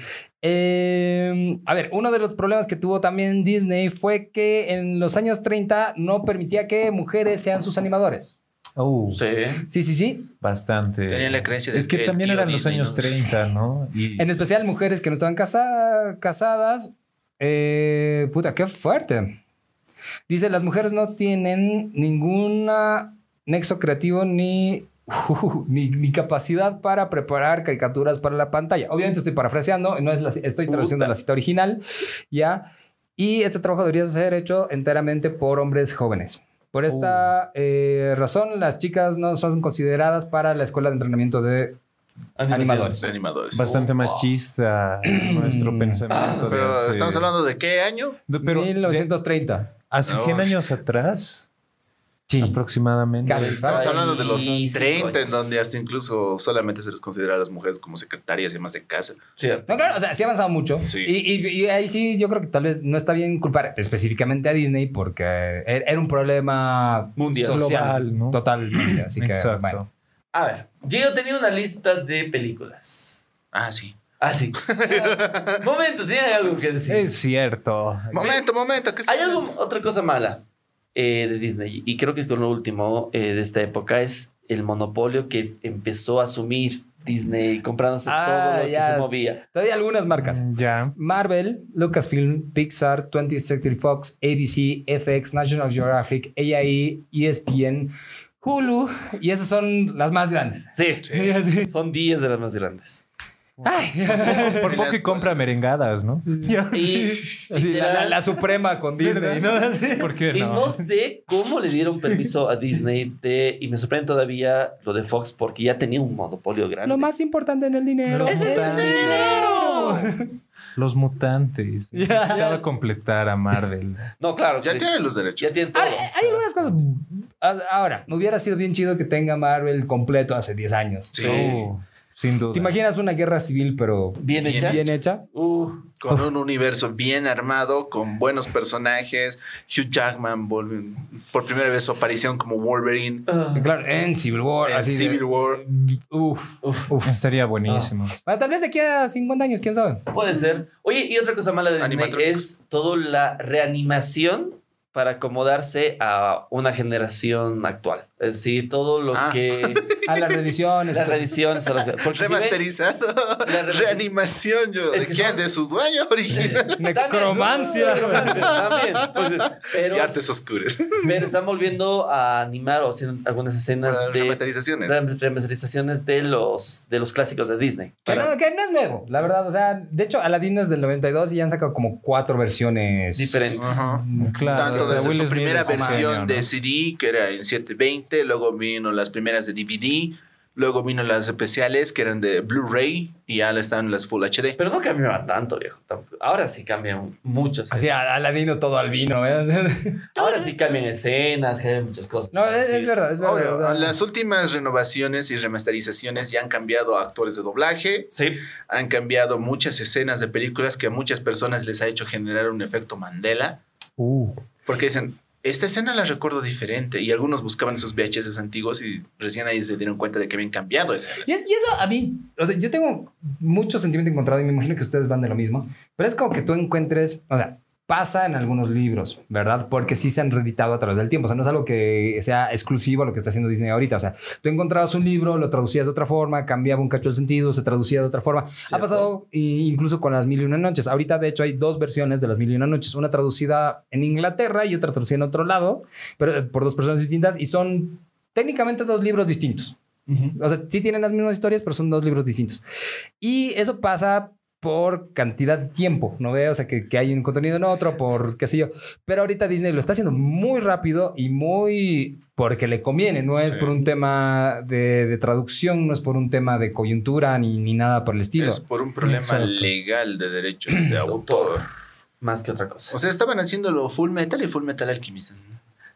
Speaker 1: Eh, a ver, uno de los problemas que tuvo también Disney fue que en los años 30 no permitía que mujeres sean sus animadores.
Speaker 3: Oh,
Speaker 2: Sí.
Speaker 1: Sí, sí, sí.
Speaker 3: bastante.
Speaker 4: Tenía la creencia de
Speaker 3: Es que
Speaker 4: que el
Speaker 3: también
Speaker 4: tío
Speaker 3: eran los
Speaker 4: Disney
Speaker 3: años
Speaker 4: nos-
Speaker 3: 30, ¿no? Y
Speaker 1: En especial mujeres que no estaban casa- casadas. Eh, puta, qué fuerte. Dice, las mujeres no tienen ningún nexo creativo ni, (laughs) ni, ni capacidad para preparar caricaturas para la pantalla. Obviamente estoy parafraseando, no es la, estoy traduciendo
Speaker 2: Puta.
Speaker 1: la cita original, ¿ya? Y este trabajo debería ser hecho enteramente por hombres jóvenes. Por esta eh, razón, las chicas no son consideradas para la escuela de entrenamiento de Animadores.
Speaker 4: De animadores.
Speaker 3: bastante machista
Speaker 4: Mm.
Speaker 3: nuestro pensamiento. de
Speaker 4: Pero
Speaker 3: hace-
Speaker 4: estamos hablando de qué año?
Speaker 3: de- pero de-
Speaker 1: 1930.
Speaker 3: hace 100
Speaker 4: No.
Speaker 3: años atrás,
Speaker 1: Sí.
Speaker 3: aproximadamente.
Speaker 1: Casi.
Speaker 4: Estamos
Speaker 1: Ay,
Speaker 4: hablando de los
Speaker 2: cinco
Speaker 4: 30, en
Speaker 2: años.
Speaker 4: donde hasta incluso solamente se les considera a las mujeres como secretarias y más de casa.
Speaker 2: Cierto.
Speaker 1: No, claro, o sea, sí ha avanzado mucho.
Speaker 4: Sí.
Speaker 1: Y, y- y ahí sí, yo creo que tal vez no está bien culpar específicamente a Disney porque er- era un problema
Speaker 2: Mundial.
Speaker 3: Social, ¿no?
Speaker 1: Totalmente. Así que,
Speaker 3: Exacto.
Speaker 1: bueno.
Speaker 2: A ver. Yo tenía una lista de películas.
Speaker 4: Ah, sí.
Speaker 2: Ah, (laughs) sí. Momento, tenía algo que decir.
Speaker 3: Es cierto.
Speaker 4: Momento, momento. ¿qué
Speaker 1: Pues,
Speaker 2: Hay
Speaker 4: se-
Speaker 2: algo, otra cosa mala eh, de Disney, y creo que con lo último eh, de esta época es el monopolio que empezó a asumir Disney comprándose
Speaker 1: Ah,
Speaker 2: todo lo
Speaker 1: ya.
Speaker 2: que se movía.
Speaker 1: Todavía algunas marcas.
Speaker 4: (laughs)
Speaker 3: Ya.
Speaker 1: Marvel, Lucasfilm, Pixar, 20th Century Fox, ABC, FX, National Geographic, E AIE, ESPN, Hulu. Y esas son las más grandes.
Speaker 2: Sí, son 10 de las más grandes.
Speaker 1: Ay.
Speaker 3: Por
Speaker 4: Y
Speaker 3: poco
Speaker 4: las
Speaker 3: y compra
Speaker 4: cuales-
Speaker 3: merengadas,
Speaker 4: (laughs)
Speaker 3: ¿no? Ya.
Speaker 2: Y,
Speaker 1: Así, la, la- la suprema con Disney, ¿no? Así.
Speaker 3: ¿Por qué
Speaker 2: (laughs) y no? sé cómo le dieron permiso a Disney de, y me sorprende todavía lo de Fox porque ya tenía un monopolio grande.
Speaker 1: Lo más importante en el dinero.
Speaker 3: Lo
Speaker 1: es el
Speaker 3: importante.
Speaker 1: dinero.
Speaker 3: Los mutantes. Necesitaba completar a Marvel.
Speaker 2: No, claro,
Speaker 4: Ya
Speaker 2: que-
Speaker 4: tienen los derechos.
Speaker 2: ya tienen todo.
Speaker 1: Hay, Eh, hay algunas cosas. a- Ahora, me hubiera sido bien chido que tenga Marvel completo hace 10 años.
Speaker 4: Sí.
Speaker 3: Oh, sin duda.
Speaker 1: ¿Te imaginas una guerra civil, pero
Speaker 2: Bien hecha.
Speaker 1: bien hecha?
Speaker 2: Uh,
Speaker 4: Con un universo bien armado, con buenos personajes. Hugh Jackman volvió- por primera vez su aparición como Wolverine.
Speaker 2: ah.
Speaker 1: Claro, en Civil War.
Speaker 4: en
Speaker 1: Oh, así de-
Speaker 4: Civil War.
Speaker 1: Uf, uf, uf. Ah.
Speaker 3: Estaría buenísimo.
Speaker 1: Bueno, tal vez de aquí a 50 años, quién sabe.
Speaker 2: Puede ser. Oye, y otra cosa mala de Disney
Speaker 4: Animatronic.
Speaker 2: es toda la reanimación para acomodarse a una generación actual. Es decir, todo lo
Speaker 4: Ah.
Speaker 2: que...
Speaker 1: A las reediciones.
Speaker 2: (laughs)
Speaker 1: (laughs)
Speaker 2: Las reediciones. a las- Porque si ven-
Speaker 4: Remasterizado.
Speaker 2: La re-
Speaker 4: Reanimación, yo.
Speaker 2: Es
Speaker 4: ¿De
Speaker 2: que
Speaker 4: quién?
Speaker 2: son-
Speaker 4: ¿De su dueño original?
Speaker 2: También,
Speaker 1: Necromancia.
Speaker 2: necromancia, también. Pues, pero,
Speaker 4: Y artes oscuras.
Speaker 2: pero están volviendo a animar o hacer algunas escenas
Speaker 4: Para
Speaker 2: de
Speaker 4: remasterizaciones.
Speaker 2: rem- remasterizaciones de los, de los clásicos de Disney.
Speaker 1: Que
Speaker 2: Para-
Speaker 1: no, que no es nuevo, la verdad. O sea, de hecho, Aladdin es del 92 y ya han sacado como cuatro versiones.
Speaker 2: Diferentes.
Speaker 4: Ajá.
Speaker 3: Claro.
Speaker 4: Tanto
Speaker 3: hasta
Speaker 4: desde
Speaker 3: Will
Speaker 4: su
Speaker 3: Smith
Speaker 4: primera
Speaker 3: es un
Speaker 4: versión
Speaker 3: genio, ¿no?
Speaker 4: de CD, que era en 720, luego vino las primeras de DVD, Luego vino las especiales que eran de Blu-ray y ya están las Full HD.
Speaker 2: Pero no cambiaban tanto, viejo. tampoco. Ahora sí cambian muchas.
Speaker 1: Así,
Speaker 2: cosas.
Speaker 1: al vino todo al vino, (laughs) ¿eh?
Speaker 2: Ahora sí cambian escenas, cambian muchas cosas.
Speaker 1: No, es,
Speaker 2: Así
Speaker 1: es verdad, es verdad.
Speaker 4: Obvio,
Speaker 1: o sea,
Speaker 4: las últimas renovaciones y remasterizaciones ya han cambiado a actores de doblaje,
Speaker 2: Sí,
Speaker 4: han cambiado muchas escenas de películas que a muchas personas les ha hecho generar un efecto Mandela,
Speaker 3: Uh,
Speaker 4: porque dicen, esta escena la recuerdo diferente y algunos buscaban esos VHS antiguos y recién ahí se dieron cuenta de que habían cambiado escenas.
Speaker 1: Y, es- y eso a mí, o sea, yo tengo mucho sentimiento encontrado y me imagino que ustedes van de lo mismo, pero es como que tú encuentres, o sea, pasa en algunos libros, ¿verdad? Porque sí se han reeditado a través del tiempo, o sea, no es algo que sea exclusivo a lo que está haciendo Disney ahorita, o sea, tú encontrabas un libro, lo traducías de otra forma, cambiaba un cacho el sentido, se traducía de otra forma. Ha pasado i- incluso con las mil y una noches. Ahorita, de hecho, hay dos versiones de las mil y una noches, una traducida en Inglaterra y otra traducida en otro lado, pero eh, por dos personas distintas y son técnicamente dos libros distintos. O sea, sí tienen las mismas historias, pero son dos libros distintos. Y eso pasa por cantidad de tiempo, ¿no ve? O sea, que, que hay un contenido en otro, por qué sé yo. Pero ahorita Disney lo está haciendo muy rápido y muy porque le conviene, no es
Speaker 4: Sí.
Speaker 1: por un tema de, de traducción, no es por un tema de coyuntura ni, ni nada por el estilo.
Speaker 4: Es por un problema
Speaker 3: Exacto.
Speaker 4: legal de derechos
Speaker 1: (clears throat)
Speaker 4: de autor.
Speaker 2: autor. Más que otra cosa.
Speaker 4: O sea, estaban haciéndolo full metal y full metal alquimista.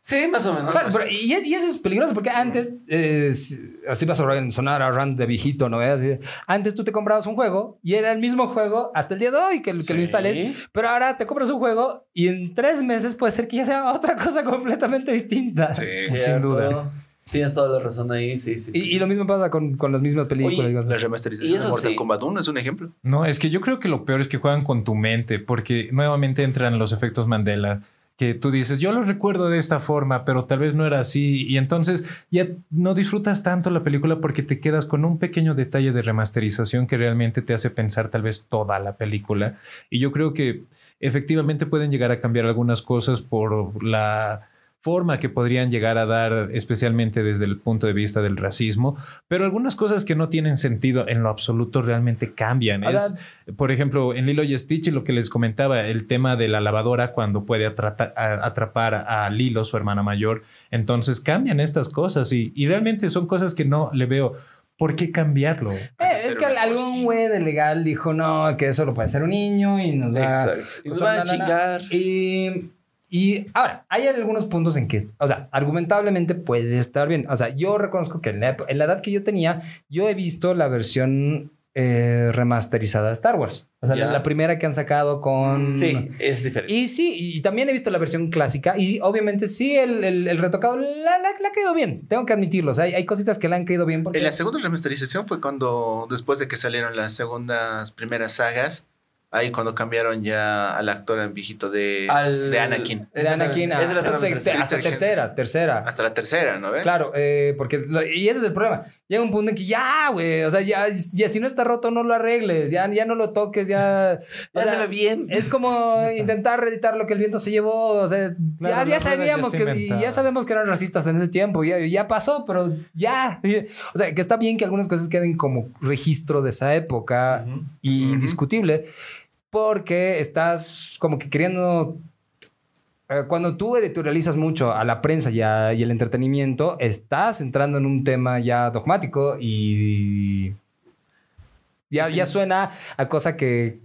Speaker 2: Sí, más o menos.
Speaker 1: Claro, pero- y, y eso es peligroso porque antes, eh, s- así va a sonar- sonar a rant de viejito, ¿no? Así de, antes tú te comprabas un juego y era el mismo juego hasta el día de hoy que, lo- que lo
Speaker 2: Sí.
Speaker 1: instales, pero ahora te compras un juego y en tres meses puede ser que ya sea otra (laughs) cosa completamente distinta.
Speaker 3: sin duda.
Speaker 2: Tienes toda la razón ahí, sí, sí.
Speaker 1: Y, y lo mismo pasa con, con las mismas películas.
Speaker 2: Oye,
Speaker 1: digo, o sea,
Speaker 4: La remasterización
Speaker 2: Y
Speaker 4: de
Speaker 2: eso
Speaker 4: Mortal
Speaker 2: sí.
Speaker 4: Kombat 1 es un ejemplo.
Speaker 3: No, es que yo creo que lo peor es que juegan con tu mente, porque nuevamente entran los efectos Mandela, que tú dices, yo lo recuerdo de esta forma, pero tal vez no era así, y entonces ya no disfrutas tanto la película porque te quedas con un pequeño detalle de remasterización que realmente te hace pensar tal vez toda la película. Y yo creo que efectivamente pueden llegar a cambiar algunas cosas por la forma que podrían llegar a dar, especialmente desde el punto de vista del racismo, pero algunas cosas que no tienen sentido en lo absoluto realmente cambian. Es-
Speaker 1: Ahora-
Speaker 3: por ejemplo, en Lilo y Stitch, lo que les comentaba, el tema de la lavadora cuando puede atrata- a- atrapar a Lilo, su hermana mayor, entonces cambian estas cosas y, y realmente son cosas que no le veo. ¿Por qué cambiarlo?
Speaker 4: Puede
Speaker 1: eh, es
Speaker 4: ser
Speaker 1: que
Speaker 4: una
Speaker 1: algún
Speaker 4: cosa.
Speaker 1: güey de legal dijo, no, que eso lo puede hacer un niño y nos va
Speaker 2: Exacto. Y nos van
Speaker 1: Na, na,
Speaker 2: a
Speaker 1: na.
Speaker 2: chingar.
Speaker 1: Y, y ahora, hay algunos puntos en que, o sea, argumentablemente puede estar bien. O sea, yo reconozco que en la, ep- en la edad que yo tenía, yo he visto la versión eh, remasterizada de Star Wars. O sea,
Speaker 2: Ya.
Speaker 1: la, la primera que han sacado con...
Speaker 2: Sí, es diferente.
Speaker 1: Y sí, y también he visto la versión clásica y obviamente sí, el, el- el retocado la, la, la ha caído bien, tengo que admitirlo. O sea, hay, hay cositas que le han caído bien porque...
Speaker 4: En la segunda remasterización fue cuando, después de que salieron las segundas primeras sagas, ahí cuando cambiaron ya al actor en viejito de,
Speaker 2: Al-
Speaker 4: de Anakin.
Speaker 1: de Anakin ah, a-
Speaker 2: Es de las
Speaker 1: hasta-
Speaker 2: ramas de
Speaker 1: hasta
Speaker 4: Christian
Speaker 1: tercera, tercera.
Speaker 4: Hasta la tercera, ¿no ves?
Speaker 1: Claro, eh, porque lo- y ese es el problema. Llega un punto en que ya, güey, o sea, ya, ya si no está roto, no lo arregles, ya, ya no lo toques, ya. o sea,
Speaker 2: Hazlo bien.
Speaker 1: (laughs) es como intentar reeditar lo que el viento se llevó. O sea,
Speaker 3: Claro,
Speaker 1: ya, ya
Speaker 3: las ruedas ya
Speaker 1: sabíamos
Speaker 3: está
Speaker 1: que y ya
Speaker 3: inventada.
Speaker 1: sabemos que eran racistas en ese tiempo, ya, ya pasó, pero ya. O sea, que está bien que algunas cosas queden como registro de esa época y
Speaker 4: Ujú.
Speaker 1: discutible, porque estás como que queriendo eh, Cuando tú editorializas mucho a la prensa y, a- y el entretenimiento, estás entrando en un tema ya dogmático y ya, ya suena a cosa que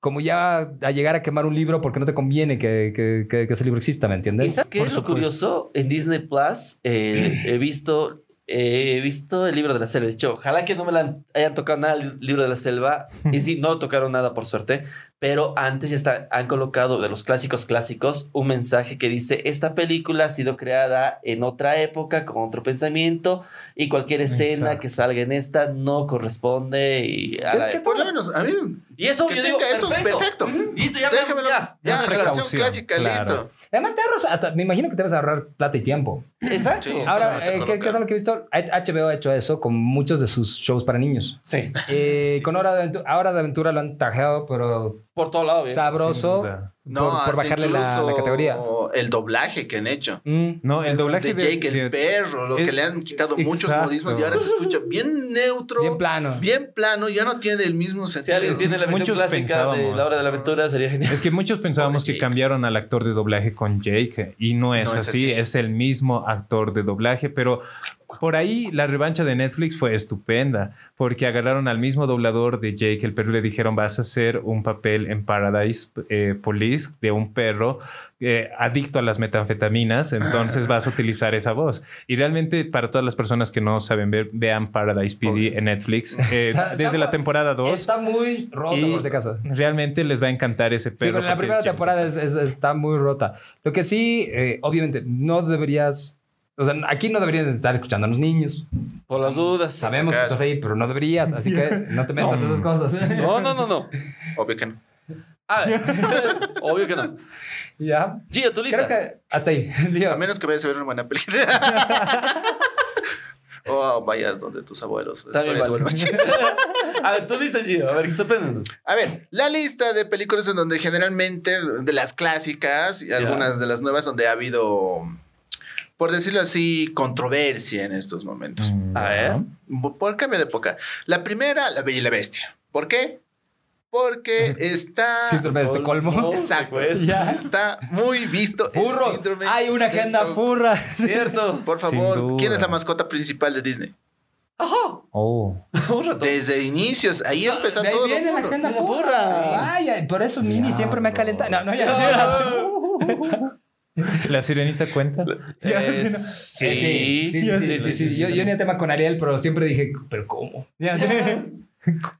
Speaker 1: como ya a llegar a quemar un libro porque no te conviene que, que- que- que ese libro exista, ¿me
Speaker 2: ¿Y
Speaker 1: entiendes?
Speaker 2: sabes qué
Speaker 3: Por
Speaker 2: es lo
Speaker 3: supuesto.
Speaker 2: curioso? En Disney Plus eh, he visto eh, he visto el libro de la selva. De hecho, ojalá que no me la han- hayan tocado nada el libro de la selva. En sí, no tocaron nada por suerte. Pero antes ya está- han colocado de los clásicos clásicos un mensaje que dice: Esta película ha sido creada en otra época, con otro pensamiento, y cualquier escena
Speaker 3: Exacto.
Speaker 2: que salga en esta no corresponde. Y, a
Speaker 1: ¿Qué-
Speaker 2: la- e-".
Speaker 1: qué
Speaker 4: Por lo menos, a mí.
Speaker 2: y eso
Speaker 4: que
Speaker 2: yo digo:
Speaker 4: tenga eso,
Speaker 2: perfecto.
Speaker 4: perfecto.
Speaker 2: Listo, ya,
Speaker 4: Déjamelo.
Speaker 2: ya,
Speaker 3: Una
Speaker 4: Ya, la versión
Speaker 3: precaución,
Speaker 4: clásica,
Speaker 3: claro.
Speaker 4: listo.
Speaker 1: Además, te ahorras, hasta me imagino que te vas a ahorrar plata y tiempo.
Speaker 2: Exacto.
Speaker 4: Sí.
Speaker 1: Ahora,
Speaker 4: no te
Speaker 1: eh, ¿qué,
Speaker 4: colocan.
Speaker 1: qué es lo que he visto? H- HBO ha hecho eso con muchos de sus shows para niños.
Speaker 2: (laughs) Sí,
Speaker 1: Eh, Con Hora de Aventura, Hora de Aventura lo han tajado, pero
Speaker 2: por todo lado. bien.
Speaker 1: sabroso
Speaker 3: Sin duda.
Speaker 1: por, por
Speaker 4: hasta
Speaker 1: bajarle la, la
Speaker 4: incluso
Speaker 1: categoría.
Speaker 4: El doblaje que han hecho.
Speaker 1: Mm.
Speaker 3: No, el doblaje
Speaker 4: De Jake el
Speaker 3: de-
Speaker 4: perro, lo
Speaker 3: es-
Speaker 4: que le han quitado muchos
Speaker 3: Exacto.
Speaker 4: modismos y ahora se escucha bien neutro,
Speaker 1: Bien plano.
Speaker 4: bien plano, ya no tiene el mismo sentido.
Speaker 2: Si alguien tiene la versión
Speaker 3: Muchos
Speaker 2: clásica de
Speaker 3: pensábamos.
Speaker 2: La Hora de la Aventura, sería genial.
Speaker 3: Es que muchos pensábamos
Speaker 4: Pobre
Speaker 3: que
Speaker 4: Jake.
Speaker 3: cambiaron al actor de doblaje con Jake y no es,
Speaker 4: No es
Speaker 3: así,
Speaker 4: así.
Speaker 3: es el mismo actor de doblaje, pero Por ahí la revancha de Netflix fue estupenda, porque agarraron al mismo doblador de Jake el perro y le dijeron vas a hacer un papel en Paradise eh, Police de un perro eh, adicto a las metanfetaminas, entonces vas a utilizar esa voz. Y realmente para todas las personas que no saben ver, vean Paradise PD en Netflix eh,
Speaker 1: Está-
Speaker 3: desde
Speaker 1: está-
Speaker 3: la temporada 2.
Speaker 1: Está muy roto,
Speaker 3: Y-
Speaker 1: por si acaso.
Speaker 3: Realmente les va a encantar ese
Speaker 1: Sí,
Speaker 3: perro.
Speaker 1: pero la
Speaker 3: porque
Speaker 1: primera
Speaker 3: es Jake.
Speaker 1: temporada es- es- está muy rota. Lo que sí, eh, obviamente, no deberías. O sea, aquí no deberían estar escuchando a los niños.
Speaker 2: Por las dudas.
Speaker 1: Sabemos que
Speaker 4: Claro.
Speaker 1: estás ahí, pero no deberías. Así que no te metas esas cosas.
Speaker 2: No, no, no, no.
Speaker 4: Obvio que no.
Speaker 1: Ah.
Speaker 2: A ver, (laughs) obvio que no.
Speaker 1: Ya.
Speaker 2: Gio, ¿tú lista?
Speaker 1: Creo que hasta ahí.
Speaker 4: A
Speaker 1: Digo,
Speaker 4: menos que vayas a ver una
Speaker 1: (laughs)
Speaker 4: buena película. o vayas donde tus abuelos.
Speaker 2: También
Speaker 4: Después,
Speaker 2: vale.
Speaker 4: bueno,
Speaker 2: A ver, ¿tú lista, Gio? A ver, sorpréndenos.
Speaker 4: A ver, la lista de películas en donde generalmente, de las clásicas y algunas de las nuevas, donde ha habido, por decirlo así, controversia en estos momentos.
Speaker 1: Mm.
Speaker 3: Mm,
Speaker 2: A ver.
Speaker 4: Por cambio de época. La primera, La Bella y la Bestia. ¿Por qué?
Speaker 1: (laughs)
Speaker 4: Porque está.
Speaker 1: Síndrome de Estocolmo.
Speaker 4: Exacto.
Speaker 2: Pues.
Speaker 1: Este, Ya.
Speaker 4: Está muy visto. el
Speaker 1: Furros.
Speaker 4: síndrome
Speaker 1: Hay una
Speaker 4: de
Speaker 1: agenda
Speaker 4: Stockholm.
Speaker 1: furra.
Speaker 2: Cierto.
Speaker 4: Por
Speaker 3: Sin
Speaker 4: favor,
Speaker 3: duda.
Speaker 4: ¿quién es la mascota principal de Disney?
Speaker 2: Ajá.
Speaker 3: Oh.
Speaker 2: Un ratón.
Speaker 4: Desde inicios, ahí
Speaker 1: Eso-
Speaker 4: empezó
Speaker 1: de ahí
Speaker 4: todo. lo
Speaker 1: viene la
Speaker 4: furro.
Speaker 1: agenda
Speaker 2: Sí,
Speaker 1: furra.
Speaker 2: furra.
Speaker 1: Ay, ay, por eso Mini siempre me ha
Speaker 3: Diablo.
Speaker 1: calentado. No, no, (laughs) ya no
Speaker 3: ¿La sirenita cuenta?
Speaker 2: Eh, sí.
Speaker 1: Eh, sí, sí, sí, sí, sí, sí, Yo, yo tenía tema con Ariel, pero siempre dije, ¿pero cómo? Ya sé.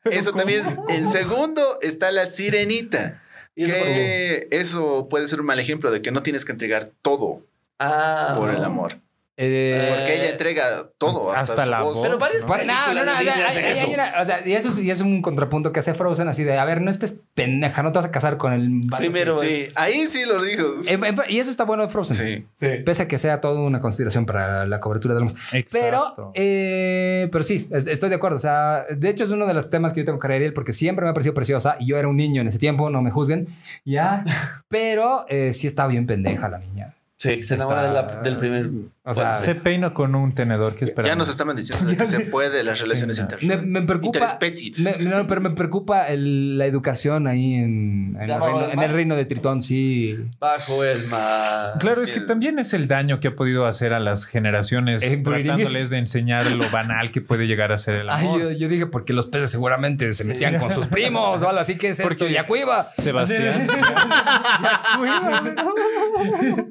Speaker 4: Eso también. En segundo está la sirenita.
Speaker 2: ¿Y eso por
Speaker 1: eh,
Speaker 2: qué?
Speaker 4: que eso puede ser un mal ejemplo de que no tienes que entregar todo
Speaker 2: Ah.
Speaker 4: por el amor.
Speaker 1: Eh,
Speaker 4: Porque ella entrega todo, hasta,
Speaker 3: hasta
Speaker 4: su
Speaker 3: la
Speaker 4: voz.
Speaker 3: voz.
Speaker 2: Pero varias
Speaker 1: Para- no, no, no, o sea,
Speaker 2: películas
Speaker 1: hay-
Speaker 2: de
Speaker 1: hay-
Speaker 2: eso.
Speaker 1: hay una- o sea, y eso sí es un contrapunto que hace Frozen así de, a ver, no estés pendeja, no te vas a casar con el vato que-
Speaker 2: Primero,
Speaker 4: Sí, ahí sí lo dijo.
Speaker 1: Eh, eh, y eso está bueno de Frozen.
Speaker 4: Sí.
Speaker 1: Pese a que sea toda una conspiración para la cobertura de los... Pero,
Speaker 3: Exacto.
Speaker 1: eh, pero sí, es- estoy de acuerdo. O sea, de hecho es uno de los temas que yo tengo con Ariel porque siempre me ha parecido preciosa y yo era un niño en ese tiempo, no me juzguen. Ya, (laughs) pero eh, sí está bien pendeja la niña.
Speaker 2: Sí, que
Speaker 1: Está-
Speaker 2: se enamora de la- del primer.
Speaker 1: O sea,
Speaker 3: Se peina con un tenedor que espera.
Speaker 4: Ya nos estaban diciendo de que se puede las relaciones
Speaker 3: Ya.
Speaker 4: (laughs)
Speaker 1: me,
Speaker 4: inter
Speaker 1: me preocupa...
Speaker 4: interespecie.
Speaker 1: me- no, pero me preocupa el- la educación ahí en, en
Speaker 2: Ya
Speaker 1: el
Speaker 2: bajo
Speaker 1: reino,
Speaker 2: el
Speaker 1: en
Speaker 2: mar.
Speaker 1: el reino de Tritón, sí.
Speaker 2: Bajo el mar.
Speaker 3: Claro, es que
Speaker 4: el-
Speaker 3: también es el daño que ha podido hacer a las generaciones
Speaker 1: Eh, breeding.
Speaker 3: tratándoles de enseñar lo banal que puede llegar a ser el
Speaker 1: Ay,
Speaker 3: amor.
Speaker 1: yo, yo dije porque los peces seguramente se metían con sus primos o algo así. ¿Qué es esto?
Speaker 3: Porque-
Speaker 1: Yacuiba.
Speaker 3: Sebastián.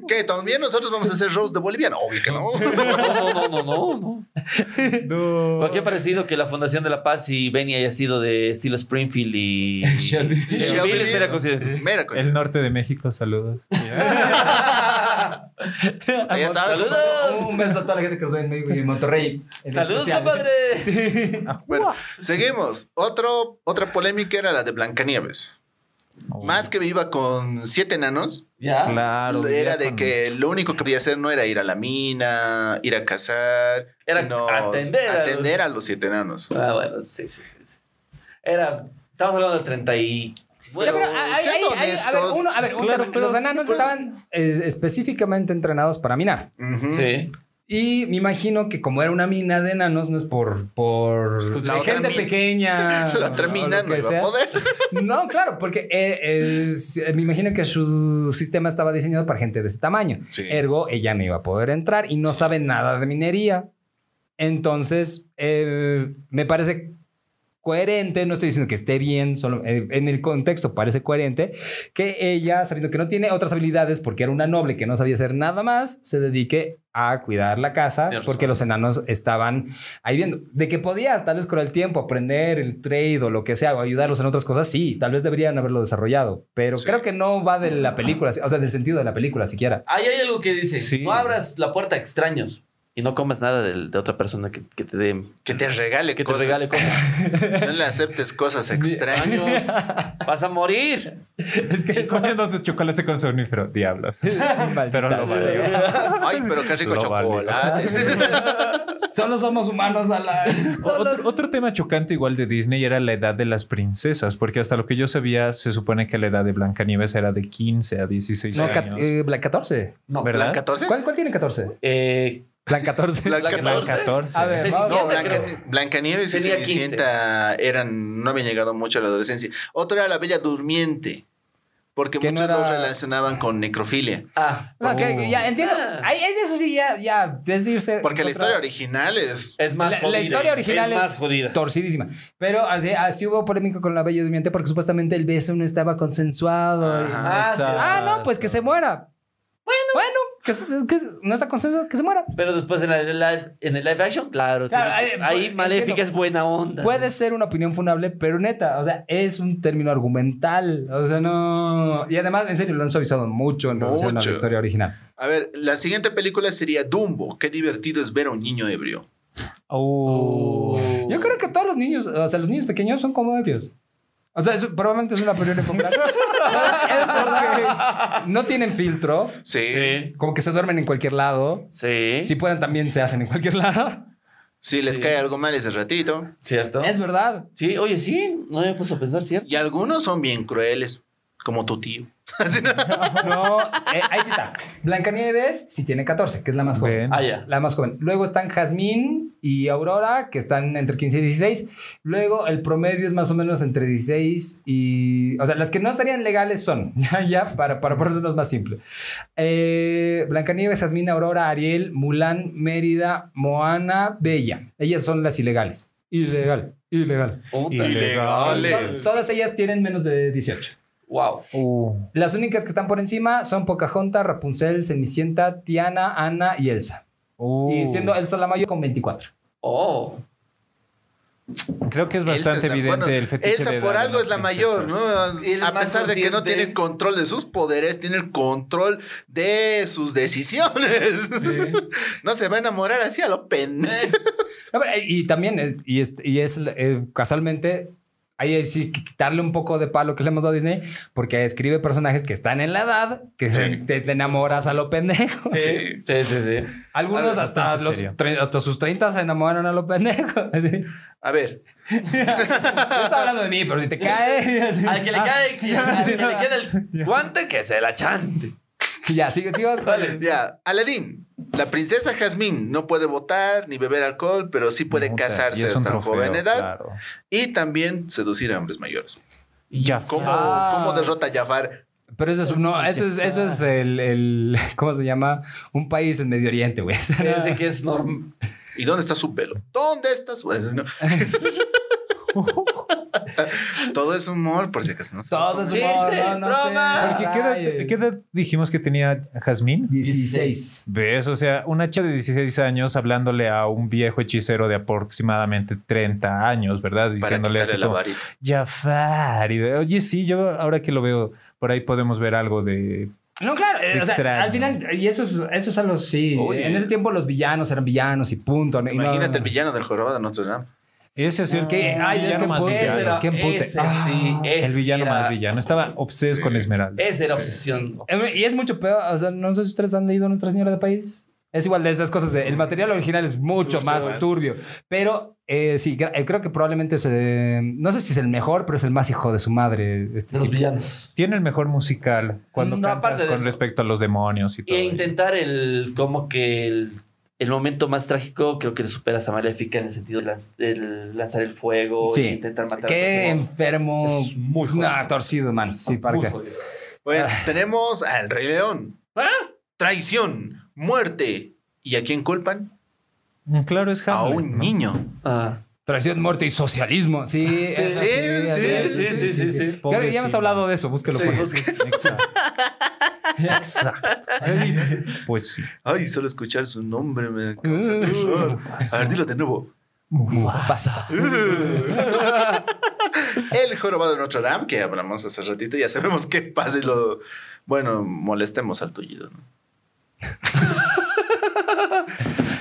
Speaker 4: Que también nosotros vamos a hacer Rose de Bolivia. No, obvio que no.
Speaker 2: No, no, no, no, no.
Speaker 3: No.
Speaker 2: Cualquier parecido que la Fundación de la Paz y Beni haya sido de estilo Springfield y.
Speaker 1: (laughs) Shelby.
Speaker 4: (laughs)
Speaker 2: Shelby es mera coincidencia.
Speaker 4: Mera coincidencia.
Speaker 3: El norte de México, saludos.
Speaker 2: (laughs)
Speaker 4: Ya sabes,
Speaker 2: Saludos.
Speaker 1: Un beso a toda la gente que nos ve en México y en Monterrey. Es
Speaker 2: Saludos,
Speaker 1: especial.
Speaker 2: compadre.
Speaker 4: Bueno, seguimos. Otro, otra polémica era la de Blancanieves. Más que viva con siete enanos,
Speaker 2: Ya.
Speaker 3: Claro.
Speaker 4: era
Speaker 3: ya
Speaker 4: de
Speaker 3: con- (laughs)
Speaker 4: que lo único que podía hacer no era ir a la mina, ir a cazar,
Speaker 2: Era
Speaker 4: sino
Speaker 2: atender a los-
Speaker 4: atender a los siete enanos.
Speaker 2: Ah, bueno, sí, sí, sí. sí. Era. Estamos hablando del 30 y.
Speaker 1: Ya, pero ah,
Speaker 2: Bueno,
Speaker 1: hay- hay-
Speaker 4: siendo
Speaker 1: hay- a ver,
Speaker 4: honestos,
Speaker 1: uno- a ver, un
Speaker 3: claro,
Speaker 1: tema.
Speaker 3: pero-
Speaker 1: los enanos estaban eh, específicamente entrenados para minar.
Speaker 4: Ujú.
Speaker 2: sí.
Speaker 1: Y me imagino que como era una mina de enanos, no es por, por
Speaker 4: Pues la otra
Speaker 1: gente
Speaker 4: mina-
Speaker 1: pequeña.
Speaker 4: (laughs) (laughs) La
Speaker 1: o
Speaker 4: otra mina
Speaker 1: Ah, lo
Speaker 4: no
Speaker 1: que
Speaker 4: iba
Speaker 1: sea.
Speaker 4: a poder.
Speaker 1: No, claro, porque eh, es- eh, me imagino que su sistema estaba diseñado para gente de ese tamaño.
Speaker 4: Sí.
Speaker 1: Ergo, ella no iba a poder entrar y no sabe nada de minería. Entonces, eh, me parece coherente, no estoy diciendo que esté bien, solo eh, en el contexto parece coherente, que ella, sabiendo que no tiene otras habilidades porque era una noble que no sabía hacer nada más, se dedique a cuidar la casa
Speaker 2: Tienes
Speaker 1: porque los enanos estaban ahí viendo. De que podía, tal vez con el tiempo, aprender el trade o lo que sea, o ayudarlos en otras cosas, sí, tal vez deberían haberlo desarrollado, pero
Speaker 4: Sí.
Speaker 1: creo que no va de la película, o sea, del sentido de la película siquiera.
Speaker 2: Ahí hay algo que dice:
Speaker 3: Sí.
Speaker 2: no abras la puerta a extraños y no comas nada del- de, otra persona que, que te dé.
Speaker 4: Que te regale
Speaker 2: Que te
Speaker 4: cosas.
Speaker 2: regale
Speaker 4: (laughs)
Speaker 2: cosas.
Speaker 4: No le aceptes cosas
Speaker 1: (laughs)
Speaker 4: extrañas.
Speaker 2: Extraños. (laughs) Vas a morir.
Speaker 1: Es que
Speaker 3: Y comiendo tu chocolate con sonífero, diablos.
Speaker 1: (laughs) Maldita
Speaker 3: Pero lo
Speaker 1: sea.
Speaker 3: valió.
Speaker 4: Ay, pero qué rico
Speaker 3: Lo
Speaker 4: (laughs) chocolate.
Speaker 1: Solo somos humanos a la. solo-
Speaker 3: Otro, otro tema chocante igual de Disney era la edad de las princesas, porque hasta lo que yo sabía, se supone que la edad de Blancanieves era de 15 a 16
Speaker 1: No, cat-
Speaker 3: años.
Speaker 1: eh, Black 14.
Speaker 2: No,
Speaker 3: ¿Verdad?
Speaker 4: ¿La 14?
Speaker 1: ¿Cuál, cuál tiene 14?
Speaker 2: Eh,
Speaker 1: Black 14.
Speaker 2: (laughs)
Speaker 4: Black
Speaker 2: la 14.
Speaker 3: 14.
Speaker 1: A ver, vamos.
Speaker 4: No,
Speaker 2: Cenicienta,
Speaker 4: Blanca-
Speaker 2: creo.
Speaker 4: Blancanieves y
Speaker 2: Tenía 15.
Speaker 4: Cenicienta eran, no habían llegado mucho a la adolescencia. Otra era la Bella Durmiente. Porque
Speaker 1: Que
Speaker 4: muchos
Speaker 1: no
Speaker 4: los
Speaker 1: era-
Speaker 4: relacionaban con necrofilia.
Speaker 2: Ah,
Speaker 1: No, que ya entiendo. Ahí, es eso sí, ya, ya es irse.
Speaker 4: uh. Porque la
Speaker 1: contra-
Speaker 4: historia original es.
Speaker 2: es más
Speaker 1: La- la
Speaker 2: jodida.
Speaker 1: historia original es-
Speaker 2: más jodida.
Speaker 1: torcidísima. Pero así, así hubo polémica con la Bella Durmiente porque supuestamente el beso no estaba consensuado. y-
Speaker 4: Ajá.
Speaker 2: Ah, sí.
Speaker 1: Ah, no, pues que se muera. Bueno, bueno, que, se- que no está consensuado, que se muera.
Speaker 2: Pero después en, la- en la- en el live action, claro.
Speaker 1: Claro,
Speaker 2: tiene-
Speaker 1: eh,
Speaker 2: ahí
Speaker 1: entiendo.
Speaker 2: Maléfica es buena onda.
Speaker 1: Puede ser una opinión funable, pero neta, o sea, es un término argumental. O sea, no. Y además, en serio, lo han suavizado mucho en relación a
Speaker 4: Mucho.
Speaker 1: la historia original.
Speaker 4: A ver, la siguiente película sería Dumbo. Qué divertido es ver a un niño ebrio.
Speaker 3: Oh.
Speaker 1: Yo creo que todos los niños, o sea, los niños pequeños son como ebrios. O sea, eso probablemente es una opinión impopular. (laughs) es porque no tienen filtro,
Speaker 4: Sí. Sí,
Speaker 2: Sí.
Speaker 1: como que se duermen en cualquier lado.
Speaker 2: Sí.
Speaker 1: Si pueden, también se hacen en cualquier lado.
Speaker 4: les
Speaker 2: Sí.
Speaker 4: cae algo mal ese ratito.
Speaker 2: ¿Cierto?
Speaker 1: Es verdad.
Speaker 2: Sí, oye, sí. No me puesto a pensar, ¿cierto?
Speaker 4: Y algunos son bien crueles, como tu tío.
Speaker 1: No, eh, ahí sí está. Blancanieves sí tiene 14, que es la más joven.
Speaker 3: Ven.
Speaker 2: Ah, ya.
Speaker 1: La más joven. Luego están Jazmín y Aurora, que están entre 15 y 16. Luego el promedio es más o menos entre 16 y... O sea, las que no serían legales son, (laughs) ya, ya, para, para ponernos más simple. Eh, Blancanieves, Jazmín, Aurora, Ariel, Mulán, Mérida, Moana, Bella. Ellas son las ilegales. Ilegal, ilegal.
Speaker 2: Puta.
Speaker 3: Ilegales.
Speaker 1: Tod- Todas ellas tienen menos de 18.
Speaker 2: Wow.
Speaker 3: Uh.
Speaker 1: Las únicas que están por encima son Pocahontas, Rapunzel, Cenicienta, Tiana, Ana y Elsa.
Speaker 3: Uh.
Speaker 1: Y siendo Elsa la mayor con 24.
Speaker 2: Oh.
Speaker 3: Creo que es bastante
Speaker 4: Elsa es la-
Speaker 3: evidente
Speaker 4: bueno,
Speaker 3: el fetiche
Speaker 4: Elsa
Speaker 3: de
Speaker 4: por
Speaker 3: edad de
Speaker 4: algo
Speaker 3: las
Speaker 4: es la
Speaker 3: princesas.
Speaker 4: mayor, ¿no?
Speaker 2: Y es la
Speaker 4: A
Speaker 2: más
Speaker 4: pesar de que no
Speaker 2: consciente.
Speaker 4: tiene control de sus poderes, tiene el control de sus decisiones. (laughs) no se va a enamorar así a lo pendejo.
Speaker 1: No, pero, eh, y también, eh, y es, y es, eh, casualmente, ahí hay sí que quitarle un poco de palo que le hemos dado a Disney, porque escribe personajes que están en la edad, que se- te, te enamoras a lo pendejo.
Speaker 2: Sí. Sí, sí, sí.
Speaker 1: Algunos
Speaker 4: Ah,
Speaker 1: hasta,
Speaker 3: bastante
Speaker 1: los,
Speaker 3: serio.
Speaker 1: tre- hasta sus 30 se enamoraron a lo pendejo. (laughs) Así.
Speaker 4: A ver,
Speaker 1: No está hablando de mí, pero si te cae. (laughs) así.
Speaker 2: Al que le quede, Ah. al que le quede (laughs) el guante, que se la chante.
Speaker 1: Ya, sigue, sigue. vas con-
Speaker 4: ya, Aladín. La princesa Jazmín no puede votar ni beber alcohol, pero sí puede
Speaker 3: Puta, y
Speaker 4: casarse
Speaker 3: es un
Speaker 4: hasta
Speaker 3: trofeo,
Speaker 4: joven edad
Speaker 3: claro.
Speaker 4: y también seducir a hombres mayores.
Speaker 3: Y ya.
Speaker 4: ¿Cómo,
Speaker 1: Ah.
Speaker 4: cómo derrota a Jafar?
Speaker 1: Pero eso es, no, eso es, eso es el, el- (laughs) ¿cómo se llama? Un país en Medio Oriente, güey. (laughs) O sea, no-
Speaker 2: Parece que es normal.
Speaker 4: ¿Y dónde está su pelo? ¿Dónde está su (laughs)
Speaker 1: (laughs)
Speaker 4: pelo? Todo es humor, por si acaso. ¿no?
Speaker 1: Todo es humor,
Speaker 2: Chiste,
Speaker 1: no, no
Speaker 2: broma.
Speaker 1: sé.
Speaker 3: Porque ¿qué edad,
Speaker 1: Rayos.
Speaker 3: qué edad dijimos que tenía Jazmín?
Speaker 1: 16.
Speaker 3: ¿Ves? O sea, una chica de 16 años hablándole a un viejo hechicero de aproximadamente 30 años, ¿verdad?
Speaker 4: Para
Speaker 3: Diciéndole así
Speaker 4: quitarle la
Speaker 3: como,
Speaker 4: varita.
Speaker 3: Jafar. Y de, Oye, sí, yo ahora que lo veo, por ahí podemos ver algo de...
Speaker 1: No, claro, eh, o sea,
Speaker 3: Extraño.
Speaker 1: al final, y eso es, eso es algo, sí.
Speaker 4: Oye.
Speaker 1: En ese tiempo los villanos eran villanos y punto. ¿no? Y no-
Speaker 4: Imagínate el villano del jorobado de Notre Dame.
Speaker 3: Ese es el
Speaker 1: Que, ay,
Speaker 3: el
Speaker 1: de este
Speaker 3: villano más
Speaker 1: pueblo,
Speaker 3: villano.
Speaker 1: ese era-
Speaker 3: Qué empute.
Speaker 2: ese
Speaker 3: Ah,
Speaker 2: sí, ese
Speaker 3: el villano
Speaker 2: era-
Speaker 3: más villano. Estaba obseso
Speaker 4: Sí.
Speaker 3: con Esmeralda.
Speaker 2: Esa era obsesión.
Speaker 1: Eh, Y es mucho peor, o sea, no sé si ustedes han leído Nuestra Señora de País. Es igual de esas cosas, de- el material original es mucho más turbio, pero eh, sí, gra- eh, creo que probablemente es, eh, no sé si es el mejor, pero es el más hijo de su madre. Este
Speaker 2: De los
Speaker 1: tipo.
Speaker 2: villanos.
Speaker 3: Tiene el mejor musical cuando
Speaker 2: No,
Speaker 3: canta
Speaker 2: aparte de
Speaker 3: con
Speaker 2: eso.
Speaker 3: respecto a los demonios y todo.
Speaker 2: E intentar el, como que el, el momento más trágico, creo que le superas a Maléfica en el sentido de lanz- el lanzar el fuego
Speaker 1: Sí.
Speaker 2: e intentar matar
Speaker 1: Qué
Speaker 2: a los
Speaker 1: enfermo.
Speaker 2: Es muy jodido.
Speaker 1: Nah, torcido, man. Sí, para
Speaker 2: Muy
Speaker 1: que.
Speaker 2: jodido.
Speaker 4: Bueno,
Speaker 1: Ah.
Speaker 4: tenemos al Rey León. Traición, muerte. ¿Y a quién culpan?
Speaker 3: Mm, Claro, es
Speaker 4: A
Speaker 3: Hamlet.
Speaker 4: un
Speaker 3: ¿no?
Speaker 4: niño.
Speaker 2: Ah.
Speaker 1: Traición, muerte y socialismo. Sí,
Speaker 2: Sí,
Speaker 1: eso
Speaker 4: sí,
Speaker 1: así
Speaker 4: sí,
Speaker 1: es,
Speaker 4: sí,
Speaker 2: sí, sí, sí.
Speaker 1: Claro, ya hemos
Speaker 3: Pobrecito.
Speaker 1: hablado de eso, búsquelo.
Speaker 4: Sí.
Speaker 1: por ahí.
Speaker 3: (laughs) Exacto. Exacto. Pues sí.
Speaker 4: Ay, solo escuchar su nombre me causa
Speaker 1: Uh.
Speaker 4: terror. A ver, dilo de nuevo.
Speaker 1: Mufasa.
Speaker 4: El jorobado de Notre Dame, que hablamos hace ratito, ya sabemos qué pasa y lo... Bueno, molestemos al tullido. ¿no?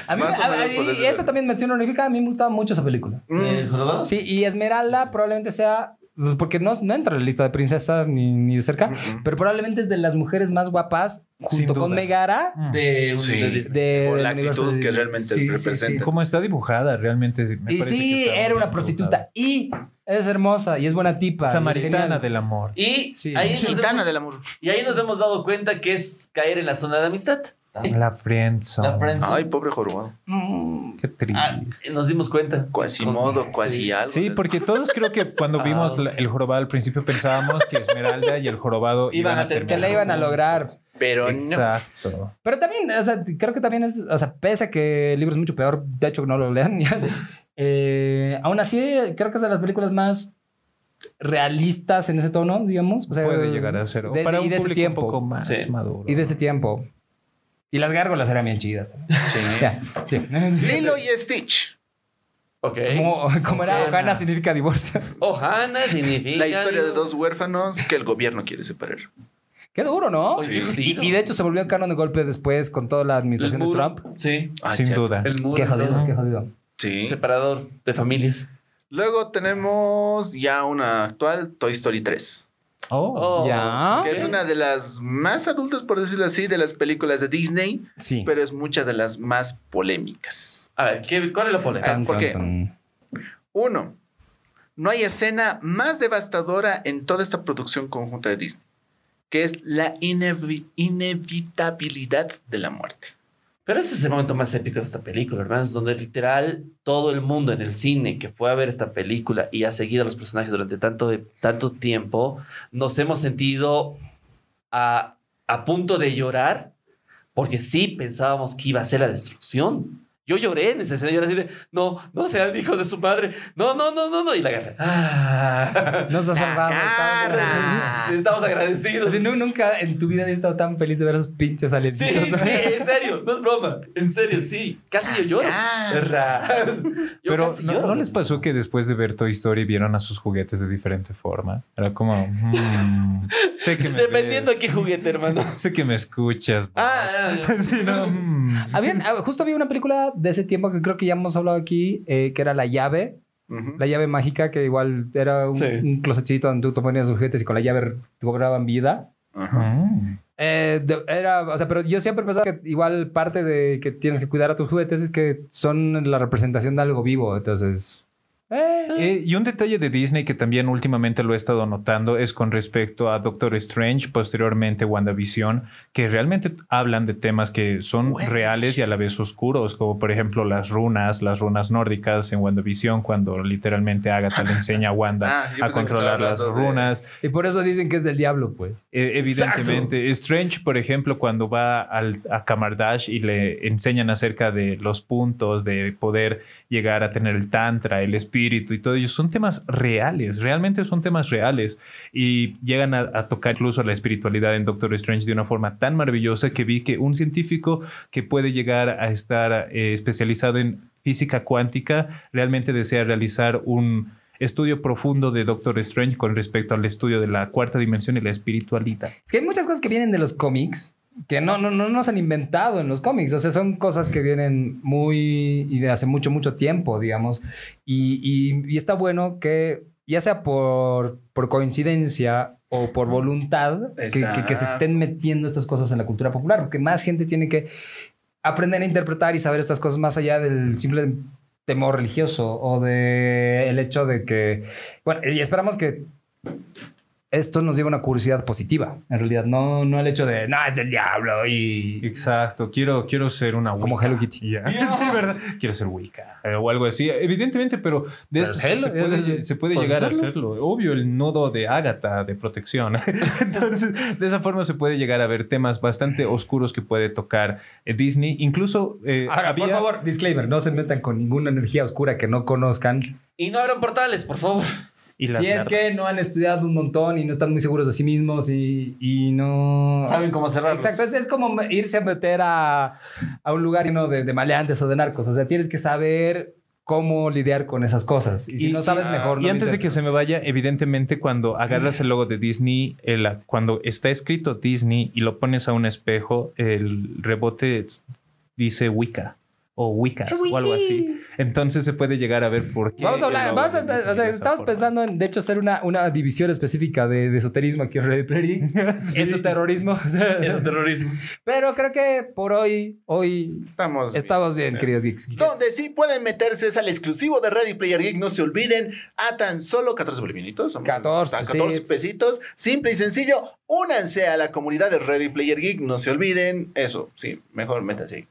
Speaker 1: A mí,
Speaker 4: Más o
Speaker 1: a-
Speaker 4: menos
Speaker 1: a-
Speaker 4: por
Speaker 1: y
Speaker 4: ese-
Speaker 1: eso también menciono honorífica. A mí me gustaba mucho esa película.
Speaker 2: ¿El
Speaker 4: Mm,
Speaker 2: jorobado?
Speaker 1: Sí, y Esmeralda probablemente sea. pues, Porque no, no entra en la lista de princesas ni, ni de cerca, pero probablemente es de las mujeres más guapas,
Speaker 3: Sin
Speaker 1: junto con
Speaker 3: duda.
Speaker 1: Megara.
Speaker 3: Mm.
Speaker 2: De un
Speaker 4: Sí.
Speaker 2: de
Speaker 1: De,
Speaker 2: Disney.
Speaker 4: Por
Speaker 1: del
Speaker 4: la
Speaker 1: universo
Speaker 4: actitud
Speaker 1: de-
Speaker 4: que realmente representa.
Speaker 3: Como está dibujada, realmente. me
Speaker 1: Y
Speaker 3: parece que
Speaker 1: sí,
Speaker 3: está
Speaker 1: era
Speaker 3: muy
Speaker 1: una
Speaker 3: bien
Speaker 1: prostituta. Y es hermosa y es buena tipa. y
Speaker 3: dibujada.
Speaker 1: es
Speaker 3: Samaritana
Speaker 1: genial.
Speaker 3: del amor.
Speaker 2: Y,
Speaker 1: Sí.
Speaker 2: ahí nos hemos-
Speaker 4: Gitana del amor.
Speaker 2: y ahí nos hemos dado cuenta que es caer en la zona de amistad.
Speaker 3: Ah, La friendzone.
Speaker 2: La friendzone.
Speaker 4: Ay, pobre jorobado.
Speaker 1: Mm.
Speaker 3: Qué triste.
Speaker 2: Ah, nos dimos cuenta.
Speaker 4: Cuasimodo,
Speaker 2: Con-
Speaker 4: cuasi
Speaker 2: sí.
Speaker 4: algo.
Speaker 3: Sí, porque todos creo que cuando
Speaker 2: Ah,
Speaker 3: vimos la- el jorobado al principio pensábamos que Esmeralda y el jorobado iban, a terminar.
Speaker 1: Que la iban a lograr.
Speaker 4: Pero no.
Speaker 3: Exacto.
Speaker 1: Pero también, o sea, creo que también es, o sea, pese a que el libro es mucho peor, de hecho no lo lean, (laughs) ya sé. Eh, aún así creo que es de las películas más realistas en ese tono, digamos. O sea,
Speaker 3: Puede llegar a ser. o
Speaker 1: de-
Speaker 3: para
Speaker 1: y
Speaker 3: un
Speaker 1: de ese
Speaker 3: público
Speaker 1: tiempo.
Speaker 3: un poco más
Speaker 4: Sí.
Speaker 3: maduro.
Speaker 1: Y de ese tiempo. Y las gárgolas eran bien chidas también.
Speaker 4: Sí.
Speaker 1: (laughs) Ya, sí.
Speaker 4: Lilo y Stitch.
Speaker 2: Ok.
Speaker 1: (laughs) Como, como era
Speaker 2: Ojana.
Speaker 1: Ojana significa divorcio.
Speaker 2: Ohana significa.
Speaker 4: La historia de dos huérfanos que el gobierno quiere separar.
Speaker 1: Qué duro, ¿no?
Speaker 2: Oye, qué
Speaker 1: y,
Speaker 2: jodido.
Speaker 1: y de hecho se volvió canon de golpe después con toda la
Speaker 2: El
Speaker 1: administración de
Speaker 2: muro.
Speaker 1: Trump.
Speaker 2: Sí.
Speaker 4: Ah,
Speaker 3: Sin
Speaker 4: cierto.
Speaker 3: duda.
Speaker 2: El muro.
Speaker 1: Qué
Speaker 2: y todo.
Speaker 1: jodido, qué jodido.
Speaker 4: Sí.
Speaker 2: Separador de familias.
Speaker 4: Luego tenemos ya una actual, Toy Story 3.
Speaker 3: Oh,
Speaker 2: Oh,
Speaker 1: Ya.
Speaker 4: Que es una de las más adultas, por decirlo así, de las películas de Disney,
Speaker 1: Sí.
Speaker 4: pero es mucha de las más polémicas.
Speaker 2: A ver, ¿qué, ¿cuál es la polémica?
Speaker 1: Tan,
Speaker 4: ¿por
Speaker 1: tan,
Speaker 4: qué?
Speaker 1: tan.
Speaker 4: Uno, no hay escena más devastadora en toda esta producción conjunta de Disney, que es la inevi- inevitabilidad de la muerte.
Speaker 2: Pero ese es el momento más épico de esta película, hermanos, donde literal todo el mundo en el cine que fue a ver esta película y ha seguido a los personajes durante tanto, tanto tiempo, nos hemos sentido a, a punto de llorar porque sí pensábamos que iba a ser la destrucción. Yo lloré en ese escena, yo era así de, no, no sean hijos de su madre, no, no, no, no, no, y la agarré. (laughs) Ah.
Speaker 1: Nos has salvado. estamos agradecidos.
Speaker 2: Sí, Estamos agradecidos.
Speaker 1: Así, nu- nunca en tu vida había estado tan feliz de ver esos pinches
Speaker 2: Sí,
Speaker 1: (laughs) aliencitos.
Speaker 2: sí, en serio, no es broma. En serio, sí. Casi yo lloro.
Speaker 4: Ah.
Speaker 2: Ra. (laughs) Yo
Speaker 3: pero
Speaker 2: casi
Speaker 3: ¿no,
Speaker 2: lloro.
Speaker 3: no les pasó que después de ver Toy Story vieron a sus juguetes de diferente forma? Era como... mm,
Speaker 2: (laughs)
Speaker 3: sé que me ves,
Speaker 2: Dependiendo de qué juguete, hermano.
Speaker 3: (laughs) sé que me escuchas.
Speaker 2: Ah, ah,
Speaker 3: vos. (laughs) Sí, no, mm.
Speaker 1: Habían- ah, justo había una película de ese tiempo que creo que ya hemos hablado aquí, eh, que era La Llave,
Speaker 4: Ujú.
Speaker 1: la llave mágica, que igual era un,
Speaker 2: Sí.
Speaker 1: un closetcito donde tú te ponías sus juguetes y con la llave cobraban vida.
Speaker 4: Ajá.
Speaker 3: Mm.
Speaker 1: Eh, de- era, o sea, pero yo siempre pensaba que igual parte de que tienes que cuidar a tus juguetes es que son la representación de algo vivo. Entonces,
Speaker 4: Ah.
Speaker 2: Ah.
Speaker 1: eh,
Speaker 3: Eh, y un detalle de Disney que también últimamente lo he estado notando es con respecto a Doctor Strange, posteriormente WandaVision, que realmente hablan de temas que son reales y a la vez oscuros, como por ejemplo las runas, las runas nórdicas en WandaVision, cuando literalmente Agatha le enseña a
Speaker 4: Ah,
Speaker 3: Wanda
Speaker 4: yo pensé
Speaker 3: a
Speaker 4: que
Speaker 3: controlar
Speaker 4: estaba
Speaker 3: las
Speaker 4: hablando de-
Speaker 3: runas.
Speaker 1: y por eso dicen que es del diablo, pues.
Speaker 3: Eh, evidentemente, Strange, por ejemplo, cuando va al, a Kamardash y le enseñan acerca de los puntos, de poder llegar a tener el tantra, el espíritu y todo ello, son temas reales, realmente son temas reales. Y llegan a, a tocar incluso la espiritualidad en Doctor Strange de una forma tan maravillosa que vi que un científico que puede llegar a estar eh, especializado en física cuántica realmente desea realizar un estudio profundo de Doctor Strange con respecto al estudio de la cuarta dimensión y la espiritualidad.
Speaker 1: Es que hay muchas cosas que vienen de los cómics que no, no, no nos han inventado en los cómics. O sea, son cosas que vienen muy y de hace mucho, mucho tiempo, digamos. Y, y- y está bueno que, ya sea por, por coincidencia o por voluntad, que, que- que se
Speaker 4: Exacto.
Speaker 1: estén metiendo estas cosas en la cultura popular, porque más gente tiene que aprender a interpretar y saber estas cosas más allá del simple temor religioso o de el hecho de que bueno y esperamos que esto nos lleve a una curiosidad positiva en realidad no no el hecho de no es del diablo y
Speaker 3: Exacto, quiero, quiero ser una Wicca.
Speaker 1: Como Hello Kitty.
Speaker 3: Ya. (laughs) Sí, ¿verdad? Quiero ser Wicca eh, o algo así. Evidentemente, pero de
Speaker 1: Pero
Speaker 3: esto
Speaker 1: es
Speaker 3: se,
Speaker 1: Hello,
Speaker 3: se puede,
Speaker 1: es- es-
Speaker 3: se puede
Speaker 1: pues
Speaker 3: llegar
Speaker 1: hacerlo.
Speaker 3: a hacerlo. Obvio, el nodo de Ágata de protección. (laughs) Entonces, de esa forma se puede llegar a ver temas bastante oscuros que puede tocar eh, Disney. Incluso eh,
Speaker 1: ahora por
Speaker 3: había-
Speaker 1: favor disclaimer no se metan con ninguna energía oscura que no conozcan
Speaker 2: Y no abran portales, por
Speaker 3: (laughs)
Speaker 2: favor.
Speaker 3: y las
Speaker 1: si es que
Speaker 3: larvas.
Speaker 1: no han estudiado un montón y no están muy seguros de sí mismos y, y no
Speaker 2: Saben cómo cerrarlos.
Speaker 1: Exacto, es, es como irse a meter a, a un lugar lleno de, de maleantes o de narcos. O sea, tienes que saber cómo lidiar con esas cosas. Y si
Speaker 3: Y
Speaker 1: no
Speaker 3: sí,
Speaker 1: sabes, mejor.
Speaker 3: Y
Speaker 1: no
Speaker 3: antes de que
Speaker 1: lidiar.
Speaker 3: se me vaya, evidentemente cuando agarras el logo de Disney, el- cuando está escrito Disney y lo pones a un espejo, el rebote es- dice Wicca o Wicca o algo así. Entonces se puede llegar a ver por qué.
Speaker 1: Vamos a
Speaker 3: el
Speaker 1: hablar,
Speaker 3: logo
Speaker 1: vamos a
Speaker 3: de Disney
Speaker 1: o sea,
Speaker 3: de esa
Speaker 1: estamos
Speaker 3: forma.
Speaker 1: pensando en, de hecho, hacer una, una división específica de, de esoterismo aquí en Ready Player Geek. Esoterrorismo. o sea,
Speaker 2: Es terrorismo.
Speaker 1: Pero creo que por hoy, hoy
Speaker 4: Estamos. bien.
Speaker 1: estamos bien, queridos geeks.
Speaker 4: Donde sí pueden meterse es al exclusivo de Ready Player Geek. No se olviden, a tan solo 14 bolivianitos. son
Speaker 1: 14
Speaker 4: tan 14
Speaker 1: pesitos.
Speaker 4: pesitos. Simple y sencillo. Únanse a la comunidad de Ready Player Geek, no se olviden. Eso, sí, mejor métanse ahí.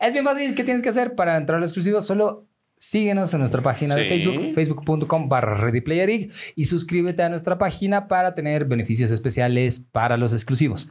Speaker 1: Es bien fácil. ¿Qué tienes que hacer para entrar al exclusivo? Solo síguenos en nuestra página de
Speaker 2: Sí.
Speaker 1: Facebook, facebook.com barra Ready Player Geek, y suscríbete a nuestra página para tener beneficios especiales para los exclusivos.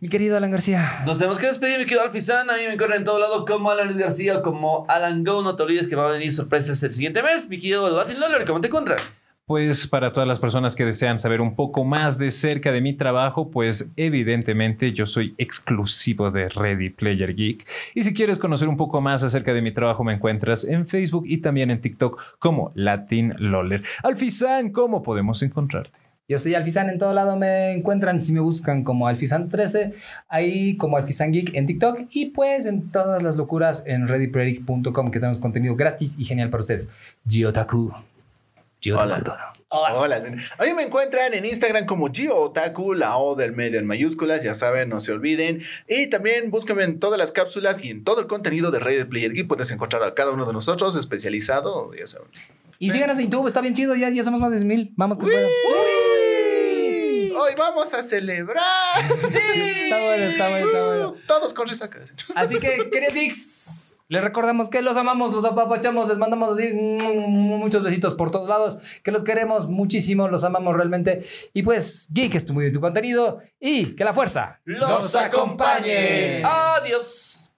Speaker 1: Mi querido Alan García.
Speaker 2: Nos tenemos que despedir, mi querido Alfizán. A mí me corre en todo lado como Alan Luis García, como Alan Go. No te olvides que va a venir sorpresas el siguiente mes. Mi querido Latin Lawler, ¿cómo te encuentras?
Speaker 3: Pues para todas las personas que desean saber un poco más de cerca de mi trabajo, pues evidentemente yo soy exclusivo de Ready Player Geek. Y si quieres conocer un poco más acerca de mi trabajo, me encuentras en Facebook y también en TikTok como Latin Loller. Alfizan, ¿cómo podemos encontrarte?
Speaker 1: Yo soy Alfizan, en todo lado me encuentran, si me buscan como Alfizan13, ahí como Alfizan Geek en TikTok y pues en todas las locuras en readyplayer.com que tenemos contenido gratis y genial para ustedes. Giotaku. Giotaku
Speaker 4: Hola.
Speaker 1: todo.
Speaker 4: Hola. sen- A mí me encuentran en Instagram como Gio Otaku, la O del medio en mayúsculas, ya saben, no se olviden. Y también búsquenme en todas las cápsulas y en todo el contenido de Ready Player Geek. Puedes encontrar a cada uno de nosotros especializado, ya saben.
Speaker 1: Y síganos en YouTube, está bien chido, ya, ya somos más de 10.000. Vamos que se puede.
Speaker 4: Hoy vamos a celebrar.
Speaker 1: Está bueno, está bueno, está bueno.
Speaker 4: Todos con resaca.
Speaker 1: Así que, queridos geeks, les recordamos que los amamos, los apapachamos, les mandamos así muchos besitos por todos lados, que los queremos muchísimo, los amamos realmente. Y pues, geek, estuvo muy bien tu contenido y que la fuerza
Speaker 2: Adiós.